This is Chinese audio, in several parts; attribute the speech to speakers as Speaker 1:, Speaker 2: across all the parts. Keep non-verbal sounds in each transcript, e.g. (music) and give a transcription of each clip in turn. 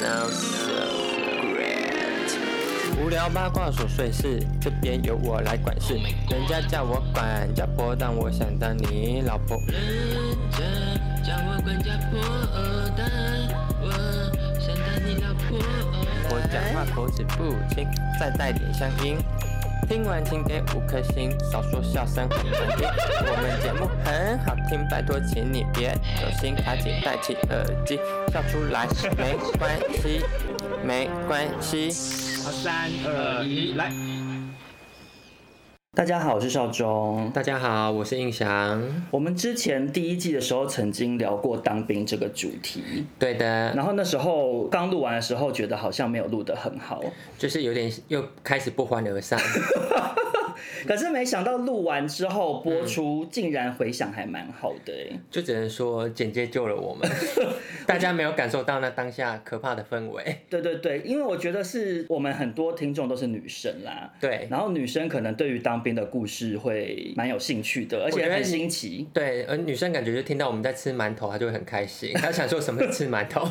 Speaker 1: Now so great。无聊八卦琐碎事，这边由我来管事。人家叫我管家婆，让我想当你老婆。
Speaker 2: 人家叫我管家婆，但我想当你老婆。
Speaker 1: 我讲话口齿不清，再带点乡音。听完请给五颗星，少说笑声很难听。我们节目很好听，拜托请你别走心，卡紧戴起耳机，笑出来没关系，没关系。
Speaker 3: 三二一，来！
Speaker 4: 大家好，我是少中。
Speaker 1: 大家好，我是印翔。
Speaker 4: 我们之前第一季的时候曾经聊过当兵这个主题，
Speaker 1: 对的，
Speaker 4: 然后那时候刚录完的时候，觉得好像没有录得很好，
Speaker 1: 就是有点又开始不欢而散。
Speaker 4: 可是没想到录完之后播出，竟然回响还蛮好的、欸。
Speaker 1: 就只能说简介救了我
Speaker 4: (laughs)
Speaker 1: 们，大家没有感受到那当下可怕的氛围。
Speaker 4: 对对对，因为我觉得是我们很多听众都是女生啦，
Speaker 1: 对
Speaker 4: 然后女生可能对于当兵的故事会蛮有兴趣的，而
Speaker 1: 我觉
Speaker 4: 且
Speaker 1: 得
Speaker 4: 很
Speaker 1: 你
Speaker 4: 新奇。
Speaker 1: 对，而女生感觉就听到我们在吃馒头，她就会很开心，她想说什么是吃馒
Speaker 4: (laughs)
Speaker 1: 头。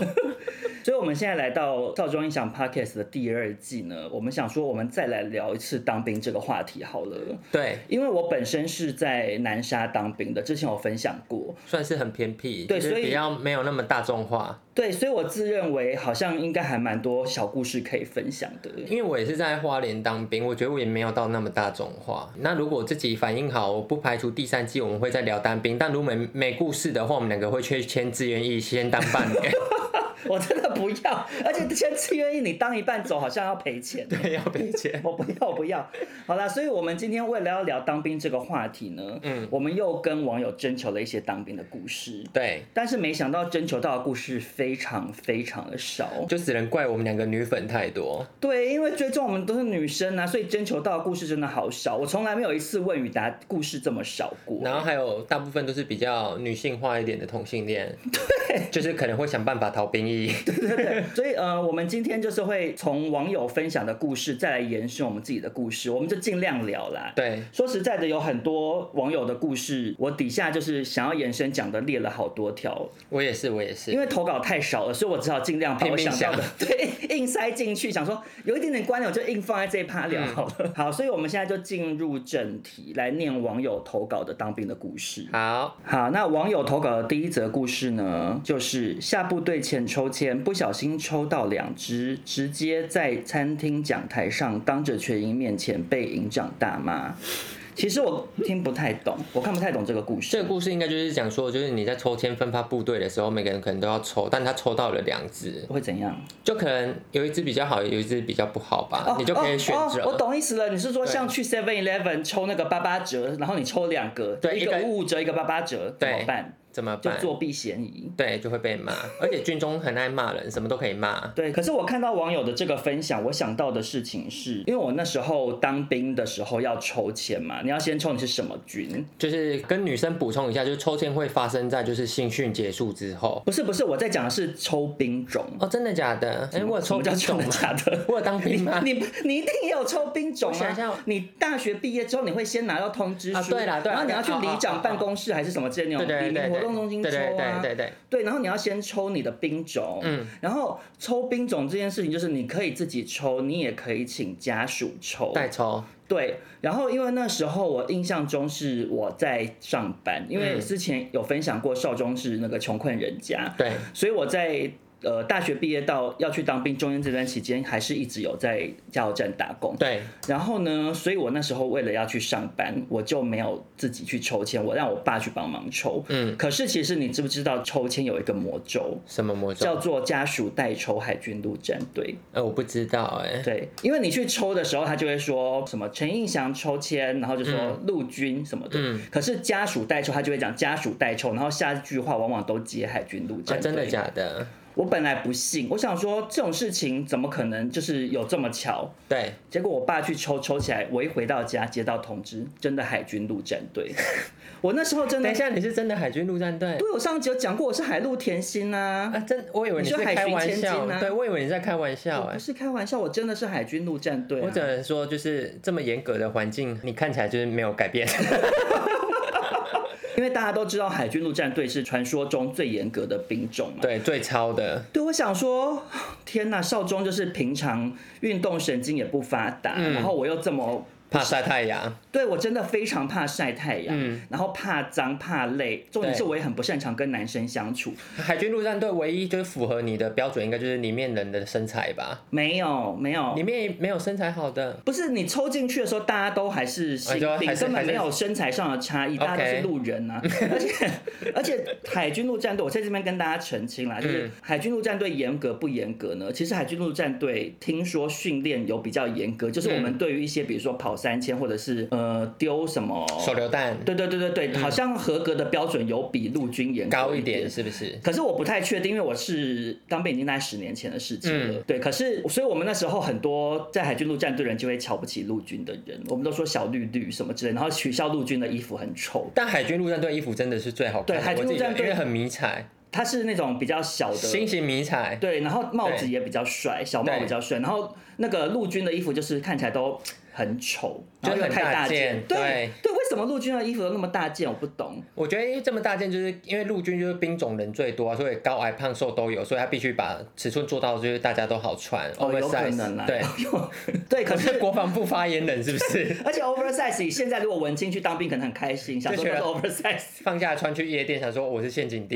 Speaker 4: 所以，我们现在来到《少中音响 Podcast》的第二季呢，我们想说，我们再来聊一次当兵这个话题好了。
Speaker 1: 对，
Speaker 4: 因为我本身是在南沙当兵的，之前有分享过，
Speaker 1: 算是很偏僻，
Speaker 4: 对
Speaker 1: 就是
Speaker 4: 所以
Speaker 1: 比较没有那么大众化。
Speaker 4: 对，所以我自认为好像应该还蛮多小故事可以分享的。 (laughs)
Speaker 1: 因为我也是在花莲当兵，我觉得我也没有到那么大众化。那如果自己反应好，我不排除第三季我们会再聊单兵，但如果没没故事的话，我们两个会去签志愿役，先当半年，
Speaker 4: 我真的不要，而且先自愿意你当一半走，好像要赔钱。 (laughs)
Speaker 1: 对， (laughs) 要赔钱。
Speaker 4: 我不要，我不要。好啦，所以我们今天为了要聊当兵这个话题呢，嗯，我们又跟网友征求了一些当兵的故事，
Speaker 1: 对，
Speaker 4: 但是没想到征求到的故事非常非常的少。
Speaker 1: 就只能怪我们两个女粉太多。
Speaker 4: 对，因为追踪我们都是女生啊，所以征求到的故事真的好少。我从来没有一次问与答故事这么少过。
Speaker 1: 然后还有大部分都是比较女性化一点的同性
Speaker 4: (laughs)
Speaker 1: 恋，对，就是可能会想办法逃兵役，
Speaker 4: 所以呃，我们今天就是会从网友分享的故事，再来延伸我们自己的故事，我们就尽量聊啦。
Speaker 1: 对，
Speaker 4: 说实在的，有很多网友的故事，我底下就是想要延伸讲的，列了好多条，
Speaker 1: 我也是，我也是，
Speaker 4: 因为投稿太少了，所以我只好尽量把我
Speaker 1: 拼命
Speaker 4: 想到的对硬塞进去，想说有一点点关联，我就硬放在这一趴聊好了。好，所以我们现在就进入正题，来念网友投稿的当兵的故事。
Speaker 1: 好，
Speaker 4: 好，那网友投稿的第一则故事呢，就是下部队前抽签，不小心抽到两只，直接在餐厅讲台上当着全营面前被营长大骂。其实我听不太懂，我看不太懂这个故
Speaker 1: 这
Speaker 4: 事
Speaker 1: 个。故事应该就是讲说，就是你在抽签分发部队的时候，每个人可能都要抽，但他抽到了两只，
Speaker 4: 会怎样？
Speaker 1: 就可能有一只比较好，有一只比较不好吧，啊你就可以选择。
Speaker 4: 哦哦。我懂意思了，你是说
Speaker 1: 对
Speaker 4: 像去 Seven Eleven 抽那个八八折，然后你抽两个，
Speaker 1: 对
Speaker 4: 一
Speaker 1: 一
Speaker 4: 个
Speaker 1: 个
Speaker 4: 五五折，一个八八折，怎么
Speaker 1: 对
Speaker 4: 办？
Speaker 1: 怎么
Speaker 4: 就
Speaker 1: 办？
Speaker 4: 作弊嫌疑。
Speaker 1: 对，就会被骂，而且军中很爱骂人，什么都可以骂。
Speaker 4: 对，可是我看到网友的这个分享，我想到的事情是，因为我那时候当兵的时候要抽签嘛，你要先抽你是什么军？
Speaker 1: 就是跟女生补充一下，就是抽签会发生在就是新训结束之后。
Speaker 4: 不是不是，我在讲的是抽
Speaker 1: (laughs)
Speaker 4: 兵种。
Speaker 1: 哦，真的假的？哎、我有
Speaker 4: 什
Speaker 1: 抽
Speaker 4: 么叫
Speaker 1: 兵
Speaker 4: 真
Speaker 1: 种
Speaker 4: 的
Speaker 1: 吗？
Speaker 4: 假的？
Speaker 1: 我有当兵吗？
Speaker 4: 你你一定也有抽兵种
Speaker 1: 我想一下
Speaker 4: 啊！你大学毕业之后，你会先拿到通知书，
Speaker 1: 啊对啦对啦
Speaker 4: 然后你要去
Speaker 1: 对啦
Speaker 4: 里
Speaker 1: 哦哦
Speaker 4: 长
Speaker 1: 哦
Speaker 4: 办公室还是什么之类的那
Speaker 1: 对
Speaker 4: 种
Speaker 1: 对
Speaker 4: 里
Speaker 1: 对
Speaker 4: 民活
Speaker 1: 对
Speaker 4: 动中心抽
Speaker 1: 对
Speaker 4: 啊，
Speaker 1: 对对对对，
Speaker 4: 对，然后你要先抽你的兵种，嗯，然后抽兵种这件事情就是你可以自己抽，你也可以请家属抽，
Speaker 1: 代抽。
Speaker 4: 对，然后因为那时候我印象中是我在上班，因
Speaker 1: 嗯
Speaker 4: 为之前有分享过少中是那个穷困人家，
Speaker 1: 对，
Speaker 4: 所以我在呃大学毕业到要去当兵中间这段期间，还是一直有在加油站打工。
Speaker 1: 对，
Speaker 4: 然后呢，所以我那时候为了要去上班，我就没有自己去抽签，我让我爸去帮忙抽。
Speaker 1: 嗯，
Speaker 4: 可是其实你知不知道抽签有一个魔咒？
Speaker 1: 什么魔
Speaker 4: 叫
Speaker 1: 咒？
Speaker 4: 做家属代抽海军陆战队，
Speaker 1: 呃，我不知道哎、
Speaker 4: 对，因为你去抽的时候，他就会说什么陈印祥抽签，然后就说陆军什么的。
Speaker 1: 嗯
Speaker 4: 可是家属代抽，他就会讲家属代抽，然后下一句话往往都接海军陆
Speaker 1: 啊
Speaker 4: 战、
Speaker 1: 真的？假的？
Speaker 4: 我本来不信，我想说这种事情怎么可能就是有这么巧？
Speaker 1: 对，
Speaker 4: 结果我爸去抽，抽起来，我一回到家接到通知，真的海军陆战
Speaker 1: (laughs)
Speaker 4: 队。我那时候真的
Speaker 1: 等一，下，你是真的海军陆战队
Speaker 4: 对我上集有讲过，我是海陆甜心啊。
Speaker 1: 啊？真，我以为
Speaker 4: 你
Speaker 1: 是
Speaker 4: 说海
Speaker 1: 开
Speaker 4: 巡
Speaker 1: 玩
Speaker 4: 千
Speaker 1: 笑，
Speaker 4: 金啊
Speaker 1: 对我以为你在开玩笑
Speaker 4: 我
Speaker 1: 哎、
Speaker 4: 不是开玩笑，我真的是海军陆战队、啊。
Speaker 1: 我只能
Speaker 4: (laughs)
Speaker 1: 说，就是这么严格的环境，你看起来就是没有改变。
Speaker 4: 因为大家都知道海军陆战队是传说中最严格的兵种嘛。
Speaker 1: 对，最超的，
Speaker 4: 对，我想说，天呐，少中就是平常运动神经也不发达，然后我又这么
Speaker 1: 怕晒太阳，
Speaker 4: 对我真的非常怕晒太阳，然后怕脏怕累，重点是我也很不擅长跟男生相处。
Speaker 1: 海军陆战队唯一就是符合你的标准，应该就是里面人的身材吧？
Speaker 4: 没有没有
Speaker 1: 里，面没有身材好的，
Speaker 4: 不是你抽进去的时候，大家都还是新
Speaker 1: 啊就
Speaker 4: 兵，
Speaker 1: 还是
Speaker 4: 根本没有身材上的差异，
Speaker 1: 还是
Speaker 4: 大家都是
Speaker 1: OK
Speaker 4: 路
Speaker 1: (laughs)
Speaker 4: 人啊。而且而且海军陆战队，我在这边跟大家澄清啦，就是
Speaker 1: 嗯
Speaker 4: 海军陆战队严格不严格呢？其实海军陆战队听说训练有比较严格，就是我们对于一些比如说跑三千或者是呃丢什么
Speaker 1: 手榴弹
Speaker 4: 对对对对对，好像合格的标准有比陆军严格
Speaker 1: 高一
Speaker 4: 一
Speaker 1: 点是不是？
Speaker 4: 可是我不太确定，因为我是当兵已经在十年前的事情了。
Speaker 1: 嗯
Speaker 4: 对，可是所以我们那时候很多在海军陆战队的人就会瞧不起陆军的人，我们都说小绿绿什么之类，然后取笑陆军的衣服很丑。
Speaker 1: 但海军陆战队衣服真的是最好看的，
Speaker 4: 对海军
Speaker 1: 我自己
Speaker 4: 陆战
Speaker 1: 觉得
Speaker 4: 队
Speaker 1: 因为很迷彩，
Speaker 4: 他是那种比较小
Speaker 1: 新
Speaker 4: 的，
Speaker 1: 型迷彩，
Speaker 4: 对，然后帽子也比较帅，小帽
Speaker 1: 对
Speaker 4: 比较帅，然后那个陆军的衣服就是看起来都很丑，
Speaker 1: 就
Speaker 4: 然后又
Speaker 1: 很
Speaker 4: 太
Speaker 1: 大
Speaker 4: 大
Speaker 1: 件
Speaker 4: 对
Speaker 1: 对
Speaker 4: 对，为什么陆军的衣服都那么大件？我不懂。
Speaker 1: 我觉得这么大件，就是因为陆军就是兵种人最多啊，所以高矮胖瘦都有，所以他必须把尺寸做到就是大家都好穿
Speaker 4: 哦，有可
Speaker 1: oversize
Speaker 4: 能啦。 (laughs)
Speaker 1: 对，，
Speaker 4: 对，可
Speaker 1: 可
Speaker 4: 是
Speaker 1: 是国防部发言人是不是 (laughs)
Speaker 4: 而且 oversize 现在如果文青去当兵，可能很开心，想说
Speaker 1: 就
Speaker 4: 都
Speaker 1: 觉
Speaker 4: 是
Speaker 1: 得
Speaker 4: oversize。
Speaker 1: 放假穿去夜店，想说我是陷阱
Speaker 4: (laughs)
Speaker 1: 弟？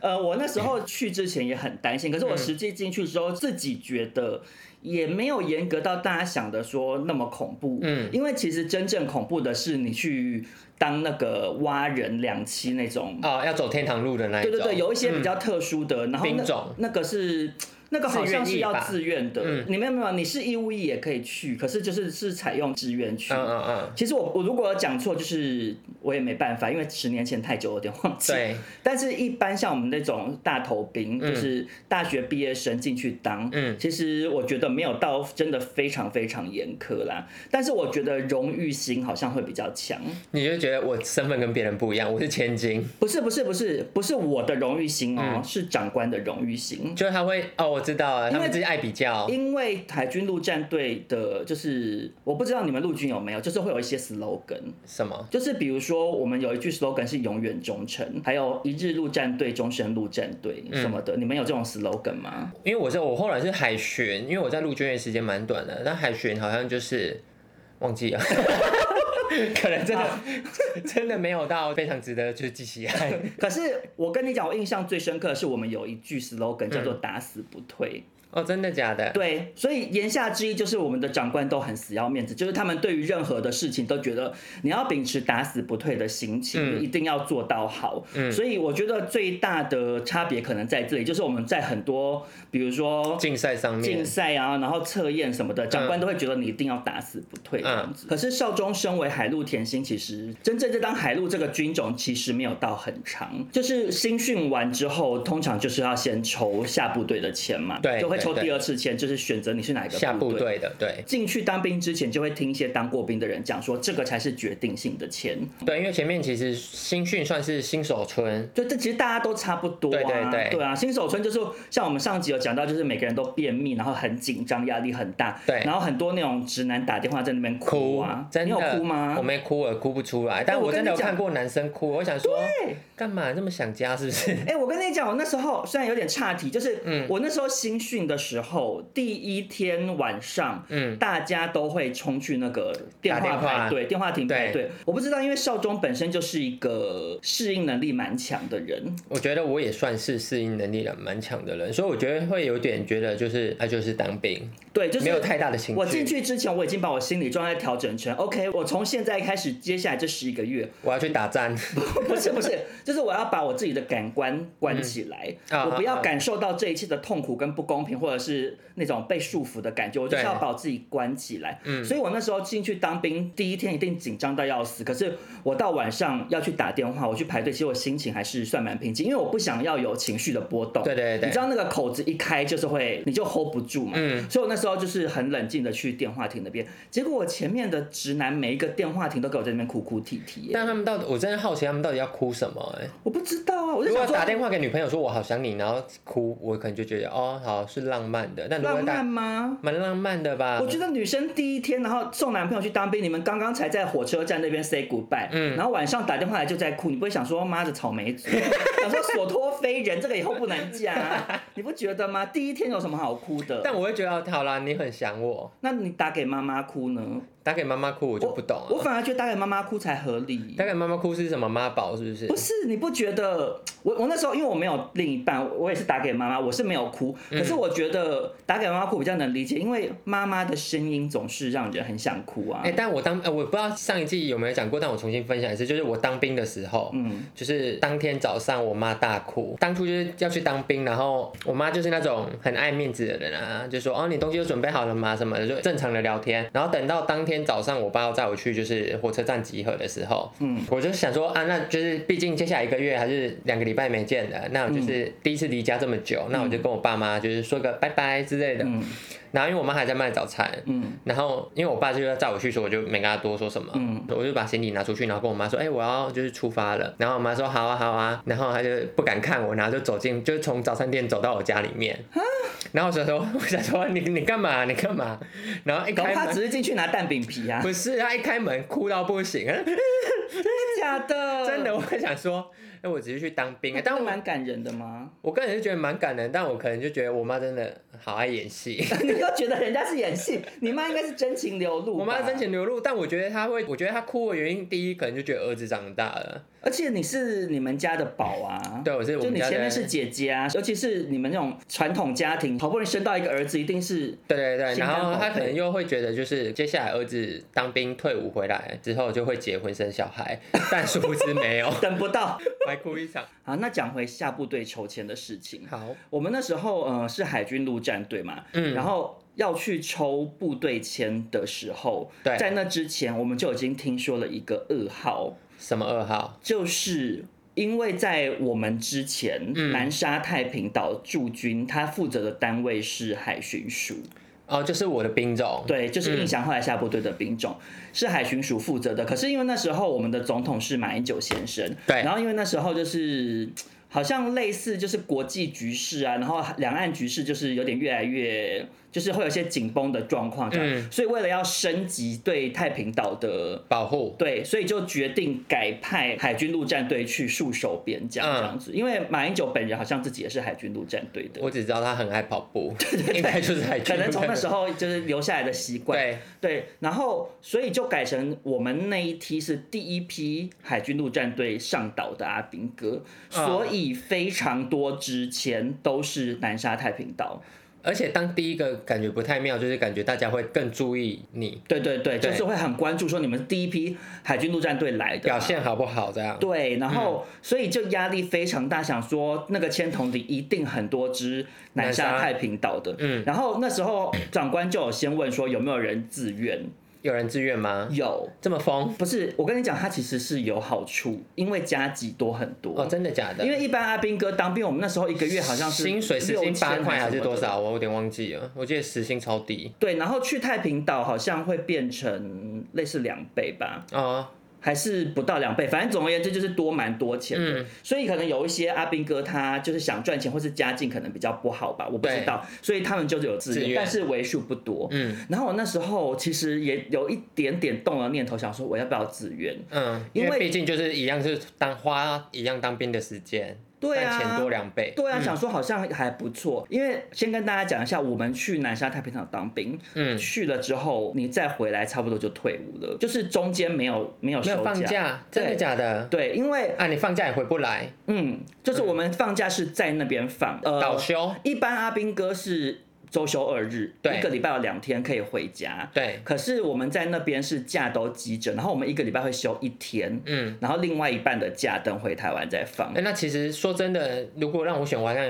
Speaker 4: 呃，我那时候去之前也很担心，可是
Speaker 1: 嗯
Speaker 4: 我实际进去之后，自己觉得也没有严格到大家想的说那么恐怖。
Speaker 1: 嗯
Speaker 4: 因为其实真正恐怖的是你去当那个挖人两栖那种。
Speaker 1: 哦，要走天堂路的那一
Speaker 4: 对
Speaker 1: 种。
Speaker 4: 对对，有一些比较特殊的，然后
Speaker 1: 嗯兵
Speaker 4: 那
Speaker 1: 种
Speaker 4: 那个是。那个好像是要自愿的，
Speaker 1: 愿意吧嗯
Speaker 4: 你没有没有，你是义务役也可以去，可是就是是采用志愿去。
Speaker 1: 嗯嗯嗯，
Speaker 4: 其实我我如果有讲错，就是我也没办法，因为十年前太久，有点忘记。
Speaker 1: 对，
Speaker 4: 但是，一般像我们那种大头兵，就是大学毕业生进去当，
Speaker 1: 嗯
Speaker 4: 其实我觉得没有到真的非常非常严苛啦。但是我觉得荣誉心好像会比较强。
Speaker 1: 你就觉得我身份跟别人不一样，我是千金，
Speaker 4: 不是不是不是不是我的荣誉心哦，是长官的荣誉心。
Speaker 1: 就是他会哦，我知道了，他们自己爱比较，
Speaker 4: 因为海军陆战队的，就是我不知道你们陆军有没有，就是会有一些 slogan，
Speaker 1: 什么
Speaker 4: 就是比如说，我们有一句 slogan 是“永远忠诚”，还有“一日陆战队，终身陆战队”什么的。你们有这种 slogan 吗？
Speaker 1: 因为我是我后来是海巡，因为我在陆军的时间蛮短的，但海巡好像就是忘记了， (laughs) 可能真的真的没有到非常值得就是记起来。
Speaker 4: (laughs) 可是我跟你讲，我印象最深刻的是我们有一句 slogan 叫做“打死不退”。
Speaker 1: 哦，真的假的？
Speaker 4: 对，所以言下之意就是我们的长官都很死要面子，就是他们对于任何的事情都觉得你要秉持打死不退的心情，
Speaker 1: 嗯
Speaker 4: 一定要做到好。所以我觉得最大的差别可能在这里，就是我们在很多比如说
Speaker 1: 竞赛上面嗯
Speaker 4: 竞，赛啊，然后测验什么的，长官都会觉得你一定要打死不退这样子。可是少中身为海陆甜心，其实真正这当海陆这个军种其实没有到很长，就是新训完之后，通常就是要先抽下部队的签嘛，
Speaker 1: 对
Speaker 4: 就会抽
Speaker 1: 对对
Speaker 4: 第二次签，就是选择你是哪一个
Speaker 1: 下部
Speaker 4: 部
Speaker 1: 队
Speaker 4: 队。
Speaker 1: 的，对
Speaker 4: 进去当兵之前，就会听一些当过兵的人讲说，这个才是决定性的签。
Speaker 1: 对，因为前面其实新训算是新手村，
Speaker 4: 就这其实大家都差不多
Speaker 1: 对
Speaker 4: 啊，
Speaker 1: 对对
Speaker 4: 啊，新手村就是像我们上集有讲到，就是每个人都便秘，然后很紧张，压力很大，
Speaker 1: 对
Speaker 4: 然后很多那种直男打电话在那边
Speaker 1: 哭
Speaker 4: 啊，
Speaker 1: 真
Speaker 4: 你有
Speaker 1: 的
Speaker 4: 哭吗？
Speaker 1: 我没哭，我哭不出来，
Speaker 4: 哎
Speaker 1: 但
Speaker 4: 我
Speaker 1: 我
Speaker 4: 跟
Speaker 1: 真的
Speaker 4: 你
Speaker 1: 有
Speaker 4: 讲
Speaker 1: 看过男生哭，我想说
Speaker 4: 对，
Speaker 1: 干嘛这么想家，是不是？ (laughs)
Speaker 4: 哎、我跟你讲，我那时候虽然有点岔题，就是
Speaker 1: 嗯
Speaker 4: 我那时候新训的时候，第一天晚上，
Speaker 1: 嗯
Speaker 4: 大家都会冲去那个电话
Speaker 1: 打电话
Speaker 4: 排队、电话亭排
Speaker 1: 对
Speaker 4: 队。我不知道，因为少中本身就是一个适应能力蛮强的人，
Speaker 1: 我觉得我也算是适应能力了蛮强的人，所以我觉得会有点觉得就是他就是当兵，
Speaker 4: 对，就是
Speaker 1: 没有太大的情绪。
Speaker 4: 我进去之前，我已经把我心理状态调整成 OK，我从现在开始，接下来这十一个月，
Speaker 1: 我要去打仗，
Speaker 4: (laughs) 不是不是，就是我要把我自己的感官关起来，
Speaker 1: 啊
Speaker 4: 我不
Speaker 1: 啊
Speaker 4: 要
Speaker 1: 啊
Speaker 4: 感受到这一切的痛苦跟不公平，或者是那种被束缚的感觉，我就是
Speaker 1: 对嗯
Speaker 4: 要把我自己关起来。所以我那时候进去当兵第一天一定紧张到要死，可是我到晚上要去打电话，我去排队，其实我心情还是算蛮平静，因为我不想要有情绪的波动。
Speaker 1: 对对对
Speaker 4: 你知道那个口子一开就是会，你就 hold 不住嘛。
Speaker 1: 嗯
Speaker 4: 所以我那时候就是很冷静的去电话亭那边，结果我前面的直男每一个电话亭都给我在那边哭哭啼啼耶、
Speaker 1: (laughs) 但他们到底我真的好奇他们到底要哭什么、欸？
Speaker 4: 我不知道啊，我就
Speaker 1: 如
Speaker 4: 想
Speaker 1: 果
Speaker 4: 说
Speaker 1: 打电话给女朋友说我好想你，然后哭，我可能就觉得哦好是浪漫的。但如果
Speaker 4: 浪
Speaker 1: 大
Speaker 4: 漫吗？
Speaker 1: 蛮浪漫的吧？
Speaker 4: 我觉得女生第一天，然后送男朋友去当兵，你们刚刚才在火车站那边 say goodbye，嗯，然后晚上打电话来就在哭，你不会想说妈的草莓族，想说所托非人，这个以后不能嫁，你不觉得吗？第一天有什么好哭的？
Speaker 1: 但我会觉得，好啦，你很想我，
Speaker 4: 那你打给妈妈哭呢？
Speaker 1: 打给妈妈哭我就不懂
Speaker 4: 我
Speaker 1: 了。
Speaker 4: 反而觉得打给妈妈哭才合理
Speaker 1: 打。给妈妈哭是什么妈宝是不是？
Speaker 4: 不是你不觉得我我那时候因为我没有另一半，我也是打给妈妈，我是没有哭，可是我觉得打给妈妈哭比较能理解，因为妈妈的声音总是让人很想哭啊。
Speaker 1: 哎、但我当、呃我不知道上一季有没有讲过，但我重新分享一次，就是我当兵的时候，
Speaker 4: 嗯，
Speaker 1: 就是当天早上我妈大哭。当初就是要去当兵，然后我妈就是那种很爱面子的人啊，就说哦你东西都准备好了吗？什么的，就正常的聊天。然后等到当天早上我爸要载我去就是火车站集合的时候，
Speaker 4: 嗯，
Speaker 1: 我就想说啊，那就是毕竟接下来一个月还是两个礼拜没见了，那我就是第一次离家这么久，那我就跟我爸妈就是说个拜拜之类的。
Speaker 4: 嗯
Speaker 1: 然后因为我妈还在卖早餐，
Speaker 4: 嗯
Speaker 1: 然后因为我爸就要载我去，所以我就没跟他多说什么。
Speaker 4: 嗯
Speaker 1: 我就把行李拿出去，然后跟我妈说：“哎、我要就是出发了。”然后我妈说：“好啊，好啊。”然后她就不敢看我，然后就走进，就是从早餐店走到我家里面。然后我想说，我想说你你干嘛？你干嘛？然后一
Speaker 4: 搞不
Speaker 1: 开 (laughs)
Speaker 4: 好他只
Speaker 1: 门。
Speaker 4: 是进去拿蛋饼皮啊，
Speaker 1: 不是，她一开门哭到不行，
Speaker 4: 嗯是假
Speaker 1: (laughs)
Speaker 4: 的，
Speaker 1: 真的，我会想说，哎、我只是去当兵，但
Speaker 4: 但
Speaker 1: 我
Speaker 4: 蛮感人的吗？
Speaker 1: 我个人是觉得蛮感人，但我可能就觉得我妈真的好爱演戏。
Speaker 4: (laughs) 你都觉得人家是演戏，你妈应该是真情流露。
Speaker 1: 我妈真，情流露，但我觉得她会，我觉得她哭的原因，第一可能就觉得儿子长大了，
Speaker 4: 而且你是你们家的宝啊。
Speaker 1: 对我是我
Speaker 4: 就
Speaker 1: 们
Speaker 4: 你
Speaker 1: 家
Speaker 4: 前面
Speaker 1: 的
Speaker 4: 是姐姐啊，尤其是你们那种传统家庭，好不容易生到一个儿子，一定是
Speaker 1: 对对对，
Speaker 4: 心肝
Speaker 1: 然后她
Speaker 4: 宝
Speaker 1: 可
Speaker 4: 贝
Speaker 1: 能又会觉得，就是接下来儿子当兵退伍回来之后就会结婚生小孩， (laughs) 但殊不知没
Speaker 4: (laughs)
Speaker 1: 有，
Speaker 4: 等不到。
Speaker 1: 白哭一场。
Speaker 4: 好，那讲回下部队筹钱的事情，
Speaker 1: 好，
Speaker 4: 我们那时候呃是海军陆战队嘛，
Speaker 1: 嗯
Speaker 4: 然后要去抽部队签的时候，
Speaker 1: 对
Speaker 4: 在那之前我们就已经听说了一个噩耗，
Speaker 1: 什么二号？
Speaker 4: 就是因为在我们之前，
Speaker 1: 嗯
Speaker 4: 南沙太平岛驻军他负责的单位是海巡署，
Speaker 1: 哦，就是我的兵种。，
Speaker 4: 对，就是
Speaker 1: 嗯
Speaker 4: 印象后来下部队的兵种、是海巡署负责的。可是因为那时候我们的总统是马英九先生，
Speaker 1: 对
Speaker 4: 然后因为那时候就是。好像类似就是国际局势啊，然后两岸局势就是有点越来越，就是会有一些紧绷的状况这样，
Speaker 1: 嗯
Speaker 4: 所以为了要升级对太平岛的
Speaker 1: 保护。
Speaker 4: 对，所以就决定改派海军陆战队去戍守边疆
Speaker 1: 嗯
Speaker 4: 这样子，因为马英九本人好像自己也是海军陆战队的
Speaker 1: 我，只知道他很爱跑步，应该就是海军
Speaker 4: 可
Speaker 1: 陆战队。
Speaker 4: 能从那时候就是留下来的习惯。
Speaker 1: 对，
Speaker 4: 对然后所以就改成我们那一批是第一批海军陆战队上岛的阿兵哥，
Speaker 1: 嗯
Speaker 4: 所以非常多之前都是南沙太平岛。
Speaker 1: 而且当第一个感觉不太妙，就是感觉大家会更注意你
Speaker 4: 对对对，
Speaker 1: 对
Speaker 4: 就是会很关注说你们是第一批海军陆战队来的
Speaker 1: 表
Speaker 4: 嘛
Speaker 1: 现好不好这样。
Speaker 4: 对，然后、
Speaker 1: 嗯
Speaker 4: 所以就压力非常大，想说那个签筒里一定很多只南
Speaker 1: 南
Speaker 4: 沙
Speaker 1: 沙
Speaker 4: 太平岛的。
Speaker 1: 嗯
Speaker 4: 然后那时候长官就有先问说有没有人自愿，
Speaker 1: 有人自愿吗？
Speaker 4: 有。
Speaker 1: 这么疯？
Speaker 4: 不是，我跟你讲，它其实是有好处，因为加急多很多。
Speaker 1: 哦，真的假的？
Speaker 4: 嗯因为一般阿兵哥当兵，我们那时候一个月好像是
Speaker 1: 薪水时薪
Speaker 4: 6000
Speaker 1: 八块还是
Speaker 4: 什么
Speaker 1: 多
Speaker 4: 的？
Speaker 1: 少？我有点忘记了，我记得时薪超低
Speaker 4: 对，然后去太平岛好像会变成类似两倍吧，
Speaker 1: 哦。
Speaker 4: 还是不到两倍，反正总而言之就是多蛮多钱的。
Speaker 1: 嗯
Speaker 4: 所以可能有一些阿兵哥他就是想赚钱，或是家境可能比较不好吧，我不知道，所以他们就是有自
Speaker 1: 自
Speaker 4: 愿，
Speaker 1: 愿
Speaker 4: 但是为数不多。
Speaker 1: 嗯
Speaker 4: 然后我那时候其实也有一点点动了念头，想说我要不要自愿？
Speaker 1: 嗯，
Speaker 4: 因
Speaker 1: 因
Speaker 4: 为
Speaker 1: 为毕竟就是一样是当花一样当兵的时间，
Speaker 4: 对啊，
Speaker 1: 但钱多嗯两倍。
Speaker 4: 对啊，想说好像还不错，因为先跟大家讲一下，我们去南沙太平岛当兵，
Speaker 1: 嗯，
Speaker 4: 去了之后你再回来，差不多就退伍了，就是中间没有没有
Speaker 1: 没有
Speaker 4: 休
Speaker 1: 放假，
Speaker 4: 对
Speaker 1: 真的假的？
Speaker 4: 对，因为
Speaker 1: 啊，你放假也回不来，
Speaker 4: 嗯，就是我们放假是在那边放，呃，
Speaker 1: 倒休。
Speaker 4: 一般阿兵哥是周休二日，
Speaker 1: 对
Speaker 4: 一个礼拜有两天可以回家。
Speaker 1: 对，
Speaker 4: 可是我们在那边是假都急着，然后我们一个礼拜会休一天，
Speaker 1: 嗯，
Speaker 4: 然后另外一半的假等回台湾再放
Speaker 1: 哎，。那其实说真的，如果让我选，我好像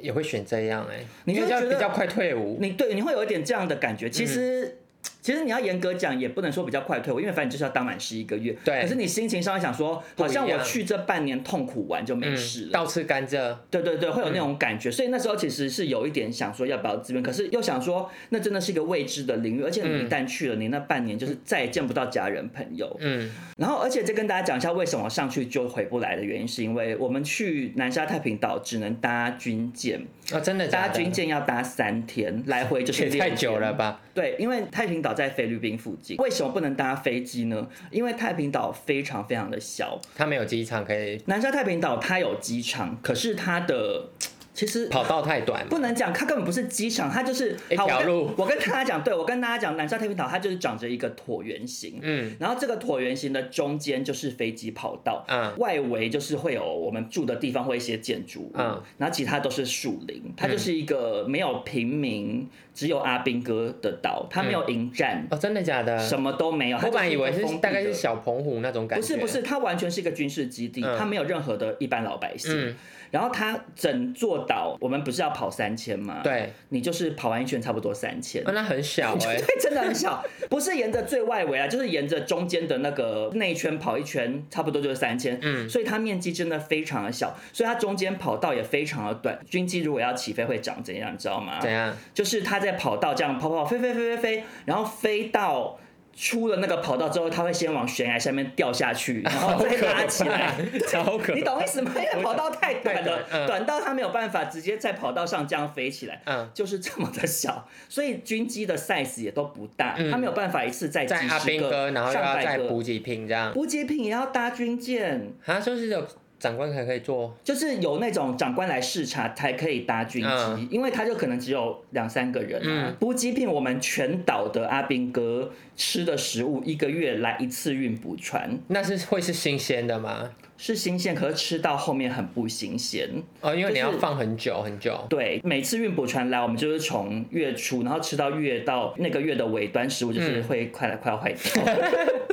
Speaker 1: 也会选这样哎，
Speaker 4: 你就
Speaker 1: 因为这样
Speaker 4: 觉得
Speaker 1: 比较快退伍。嗯
Speaker 4: 你对你会有一点这样的感觉，其实。其实你要严格讲，也不能说比较快退伍，因为反正你就是要当满十一个月。
Speaker 1: 对
Speaker 4: 可是你心情上会想说，好像
Speaker 1: 不一
Speaker 4: 我
Speaker 1: 样
Speaker 4: 去这半年痛苦完就没
Speaker 1: 嗯
Speaker 4: 事，了。
Speaker 1: 倒吃甘蔗，
Speaker 4: 对对对，会有那种感觉，所以那时候其实是有一点想说要不要自愿，可是又想说那真的是一个未知的领域，而且你一旦去了，你那半年就是再也见不到家人朋友。
Speaker 1: 嗯，
Speaker 4: 然后，而且再跟大家讲一下为什么上去就回不来的原因，是因为我们去南沙太平岛只能搭军舰，
Speaker 1: 哦，真的假
Speaker 4: 搭
Speaker 1: 的？
Speaker 4: 军舰要搭三天，来
Speaker 1: (laughs)
Speaker 4: 回就是
Speaker 1: 也
Speaker 4: 六
Speaker 1: 太
Speaker 4: 天
Speaker 1: 久了吧？
Speaker 4: 对，因为太平岛在菲律宾附近，为什么不能搭飞机呢？因为太平岛非常非常的小，
Speaker 1: 他没有机场可以
Speaker 4: 南沙太平岛它有机场，可是它的其实
Speaker 1: 跑道太短，
Speaker 4: 不能讲，它根本不是机场，它就是
Speaker 1: 一条
Speaker 4: 好我跟
Speaker 1: 路
Speaker 4: 我跟大家讲，对我跟大家讲，南沙太平岛它就是长着一个椭圆形，
Speaker 1: 嗯，
Speaker 4: 然后这个椭圆形的中间就是飞机跑道，
Speaker 1: 嗯
Speaker 4: 外围就是会有我们住的地方会有一些建筑物，
Speaker 1: 嗯
Speaker 4: 然后其他都是树林，它就是一个没有平民，只有阿兵哥的岛，它没有营站，
Speaker 1: 哦，真的假的？
Speaker 4: 什么都没有，它
Speaker 1: 我
Speaker 4: 就是
Speaker 1: 本来以
Speaker 4: 一个
Speaker 1: 为
Speaker 4: 封闭
Speaker 1: 是
Speaker 4: 的
Speaker 1: 大概是。小澎湖那种感
Speaker 4: 不
Speaker 1: 觉，
Speaker 4: 是不是，，它完全是一个军事基地，
Speaker 1: 嗯
Speaker 4: 它没有任何的一般老百姓。
Speaker 1: 嗯，
Speaker 4: 然后它整座岛，我们不是要跑三千吗？， (laughs)
Speaker 1: 对，
Speaker 4: 你就是跑完一圈差不多三千。 (laughs)
Speaker 1: 哦，那很小哎、
Speaker 4: 对，真的很小，不是沿着最外围啊，就是沿着中间的那个内圈跑一圈，差不多就是三千。
Speaker 1: 嗯
Speaker 4: 所以它面积真的非常的小，所以它中间跑道也非常的短。军机如果要起飞会长怎样，你知道吗？
Speaker 1: 怎样？
Speaker 4: 就是它在跑道这样跑跑飞飞飞飞飞，然后飞到。出了那个跑道之后，它会先往悬崖下面掉下去，
Speaker 1: 哦
Speaker 4: 然
Speaker 1: (laughs)
Speaker 4: 后 (laughs) 再拉起来，
Speaker 1: 超 (laughs) 可怕
Speaker 4: 你懂意思吗？因为跑道太短
Speaker 1: 太
Speaker 4: 了
Speaker 1: 短， (laughs) 嗯
Speaker 4: 短到它没有办法直接在跑道上这样飞起来，
Speaker 1: 嗯
Speaker 4: 就是这么的小，所以军机的 size 也都不大，
Speaker 1: 嗯
Speaker 4: 它没有办法一次载几
Speaker 1: 在阿
Speaker 4: 十
Speaker 1: 兵
Speaker 4: 个、
Speaker 1: 哥，然后又
Speaker 4: 上
Speaker 1: 要
Speaker 4: 百
Speaker 1: 再补
Speaker 4: 个。
Speaker 1: 给品这样，
Speaker 4: 补给品也要搭军舰，
Speaker 1: 啊，就是有长官才可以做，
Speaker 4: 就是有那种长官来视察才可以搭军机，
Speaker 1: 嗯
Speaker 4: 因为他就可能只有两三个人啊。
Speaker 1: 嗯
Speaker 4: 补给品我们全岛的阿兵哥吃的食物，一个月来一次运补船，
Speaker 1: 那是会是新鲜的吗？
Speaker 4: 是新鲜，可是吃到后面很不新鲜。
Speaker 1: 哦，因为你
Speaker 4: 就
Speaker 1: 要
Speaker 4: 是
Speaker 1: 放很久很久，
Speaker 4: 对，每次运补船来，我们就是从月初，然后吃到月到那个月的尾端，食物就是
Speaker 1: 嗯
Speaker 4: 会快来快要坏掉，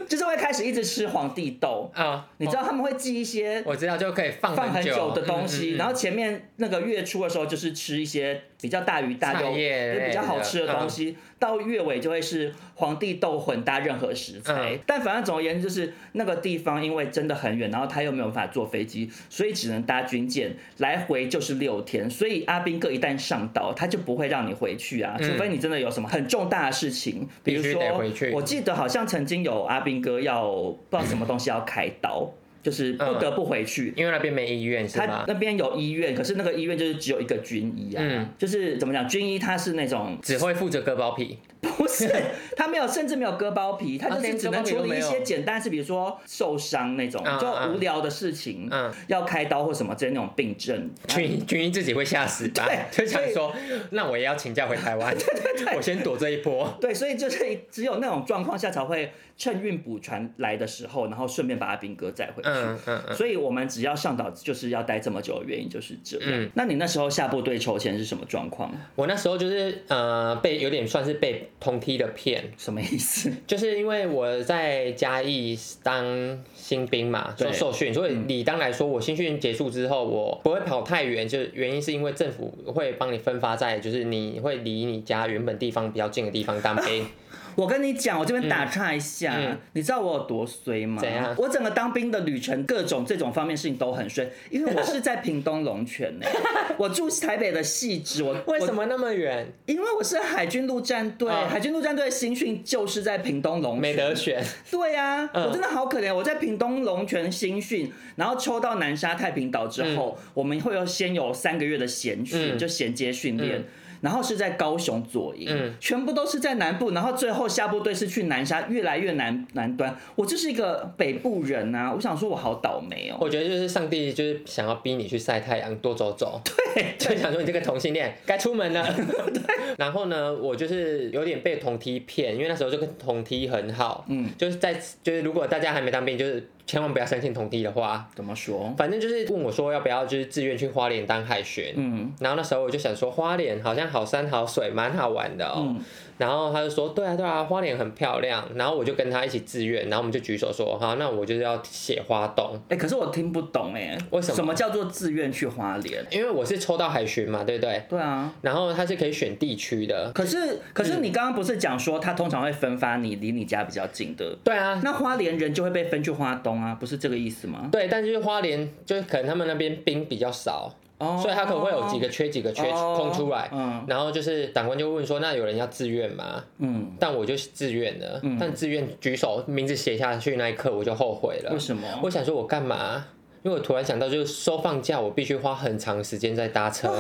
Speaker 4: 就是会开始一直吃皇帝豆。
Speaker 1: 啊、
Speaker 4: 你知道他们会寄一些
Speaker 1: 我知道就可以放
Speaker 4: 放很久的东
Speaker 1: 嗯
Speaker 4: 西，
Speaker 1: 嗯嗯
Speaker 4: 然后前面那个月初的时候就是吃一些比较大鱼大肉、
Speaker 1: 菜叶嗯
Speaker 4: 就是比较好吃的东西，到月尾就会是皇帝豆混搭任何食材。
Speaker 1: 嗯
Speaker 4: 但反正总而言之，就是那个地方因为真的很远，然后他又没有办法坐飞机，所以只能搭军舰，来回就是六天。所以阿兵哥一旦上岛，他就不会让你回去啊，除非你真的有什么很重大的事情，比
Speaker 1: 嗯
Speaker 4: 如
Speaker 1: 必须
Speaker 4: 说
Speaker 1: 得回去
Speaker 4: 我记得好像曾经有阿兵哥要不知道什么东西要开刀。就是不
Speaker 1: 嗯
Speaker 4: 得不回去，
Speaker 1: 因为那边没医院是
Speaker 4: 他
Speaker 1: 吗
Speaker 4: 那？边有医院，可是那个医院就是只有一个军医啊，
Speaker 1: 嗯
Speaker 4: 就是怎么讲，军医他是那种
Speaker 1: 只会负责割包皮，
Speaker 4: 不是
Speaker 1: (laughs)
Speaker 4: 他没有，甚至没有割包皮，他
Speaker 1: 啊
Speaker 4: 就是
Speaker 1: 连
Speaker 4: 只
Speaker 1: 割
Speaker 4: 能
Speaker 1: 包皮
Speaker 4: 处
Speaker 1: 都
Speaker 4: 理
Speaker 1: 没
Speaker 4: 一
Speaker 1: 有
Speaker 4: 些简单事，比如说受伤那种
Speaker 1: 嗯
Speaker 4: 就
Speaker 1: 嗯
Speaker 4: 无聊的事情，
Speaker 1: 嗯
Speaker 4: 要开刀或什么之类那种病症。
Speaker 1: 军医军医自己会吓死吧？
Speaker 4: 对
Speaker 1: 就想说，那我也要请假回台
Speaker 4: (laughs)
Speaker 1: 湾，我先躲这一波。
Speaker 4: 对，所以就是只有那种状况下才会趁运补船来的时候，然后顺便把阿兵哥载回去。
Speaker 1: 嗯嗯嗯，
Speaker 4: 所以我们只要上岛就是要待这么久的原因就是这样。
Speaker 1: 嗯
Speaker 4: 那你那时候下部队筹钱是什么状况？
Speaker 1: 我那时候就是呃被有点算是被通梯的骗，
Speaker 4: 什么意思？
Speaker 1: 就是因为我在嘉义当新兵嘛，
Speaker 4: 对
Speaker 1: 受受训，所以理当来说，我新训结束之后，我不会跑太远，就是原因是因为政府会帮你分发在，就是你会离你家原本地方比较近的地方当兵。
Speaker 4: 我跟你讲，我这边打岔一下，
Speaker 1: 嗯
Speaker 4: 你知道我有多衰吗？
Speaker 1: 怎样
Speaker 4: 我整个当兵的旅程，各种这种方面事情都很衰，因为我是在屏东龙泉
Speaker 1: (laughs)
Speaker 4: 呢、我住台北的细致，我
Speaker 1: (laughs) 为
Speaker 4: 我
Speaker 1: 什么那么 (laughs) 远？
Speaker 4: 因为我是海军陆战队，
Speaker 1: 啊
Speaker 4: 海军陆战队的新训就是在屏东龙泉，
Speaker 1: 没得选？
Speaker 4: 对啊，
Speaker 1: 嗯
Speaker 4: 我真的好可怜。我在屏东龙泉新训，然后抽到南沙太平岛之后，我们会有先有三个月的闲训，
Speaker 1: 嗯
Speaker 4: 就衔接训练。
Speaker 1: 嗯
Speaker 4: 然后是在高雄左营，
Speaker 1: 嗯
Speaker 4: 全部都是在南部，然后最后下部队是去南沙，越来越南南端。我就是一个北部人啊，我想说我好倒霉哦。
Speaker 1: 我觉得就是上帝就是想要逼你去晒太阳，多走走。对， (laughs) 就想说你这个同性恋该出门
Speaker 4: (laughs)
Speaker 1: 了。 (laughs) 然后呢，我就是有点被同梯骗，因为那时候就跟同梯很好。
Speaker 4: 嗯，
Speaker 1: 就是在就是如果大家还没当兵，就是千万不要相信同梯的话。
Speaker 4: 怎么说？
Speaker 1: 反正就是问我说要不要就是自愿去花莲当海巡。
Speaker 4: 嗯
Speaker 1: 然后那时候我就想说，花莲好像好山好水，蛮好玩的哦。
Speaker 4: 嗯
Speaker 1: 然后他就说对啊对啊，花莲很漂亮。然后我就跟他一起自愿，然后我们就举手说好，那我就是要写花东。
Speaker 4: 哎、可是我听不懂哎、
Speaker 1: 为什么
Speaker 4: 什么叫做自愿去花莲？
Speaker 1: 因为我是抽到海巡嘛，对不对？
Speaker 4: 对啊，
Speaker 1: 然后它是可以选地区的，
Speaker 4: 可是可是你刚刚不是讲说他通常会分发你离你家比较近的，
Speaker 1: 对啊，
Speaker 4: 那花莲人就会被分去花东啊，不是这个意思吗？
Speaker 1: 对，但就是花莲，就是可能他们那边冰比较少，
Speaker 4: 哦
Speaker 1: 所以他可能会有几个缺几个缺
Speaker 4: 哦
Speaker 1: 空出来。
Speaker 4: 嗯
Speaker 1: 然后就是长官就问说，那有人要自愿吗？
Speaker 4: 嗯，
Speaker 1: 但我就是自愿的，但自愿举手名字写下去那一刻我就后悔了。
Speaker 4: 为什么
Speaker 1: 我想说我干嘛？因为我突然想到，就是收放假，我必须花很长时间在搭车。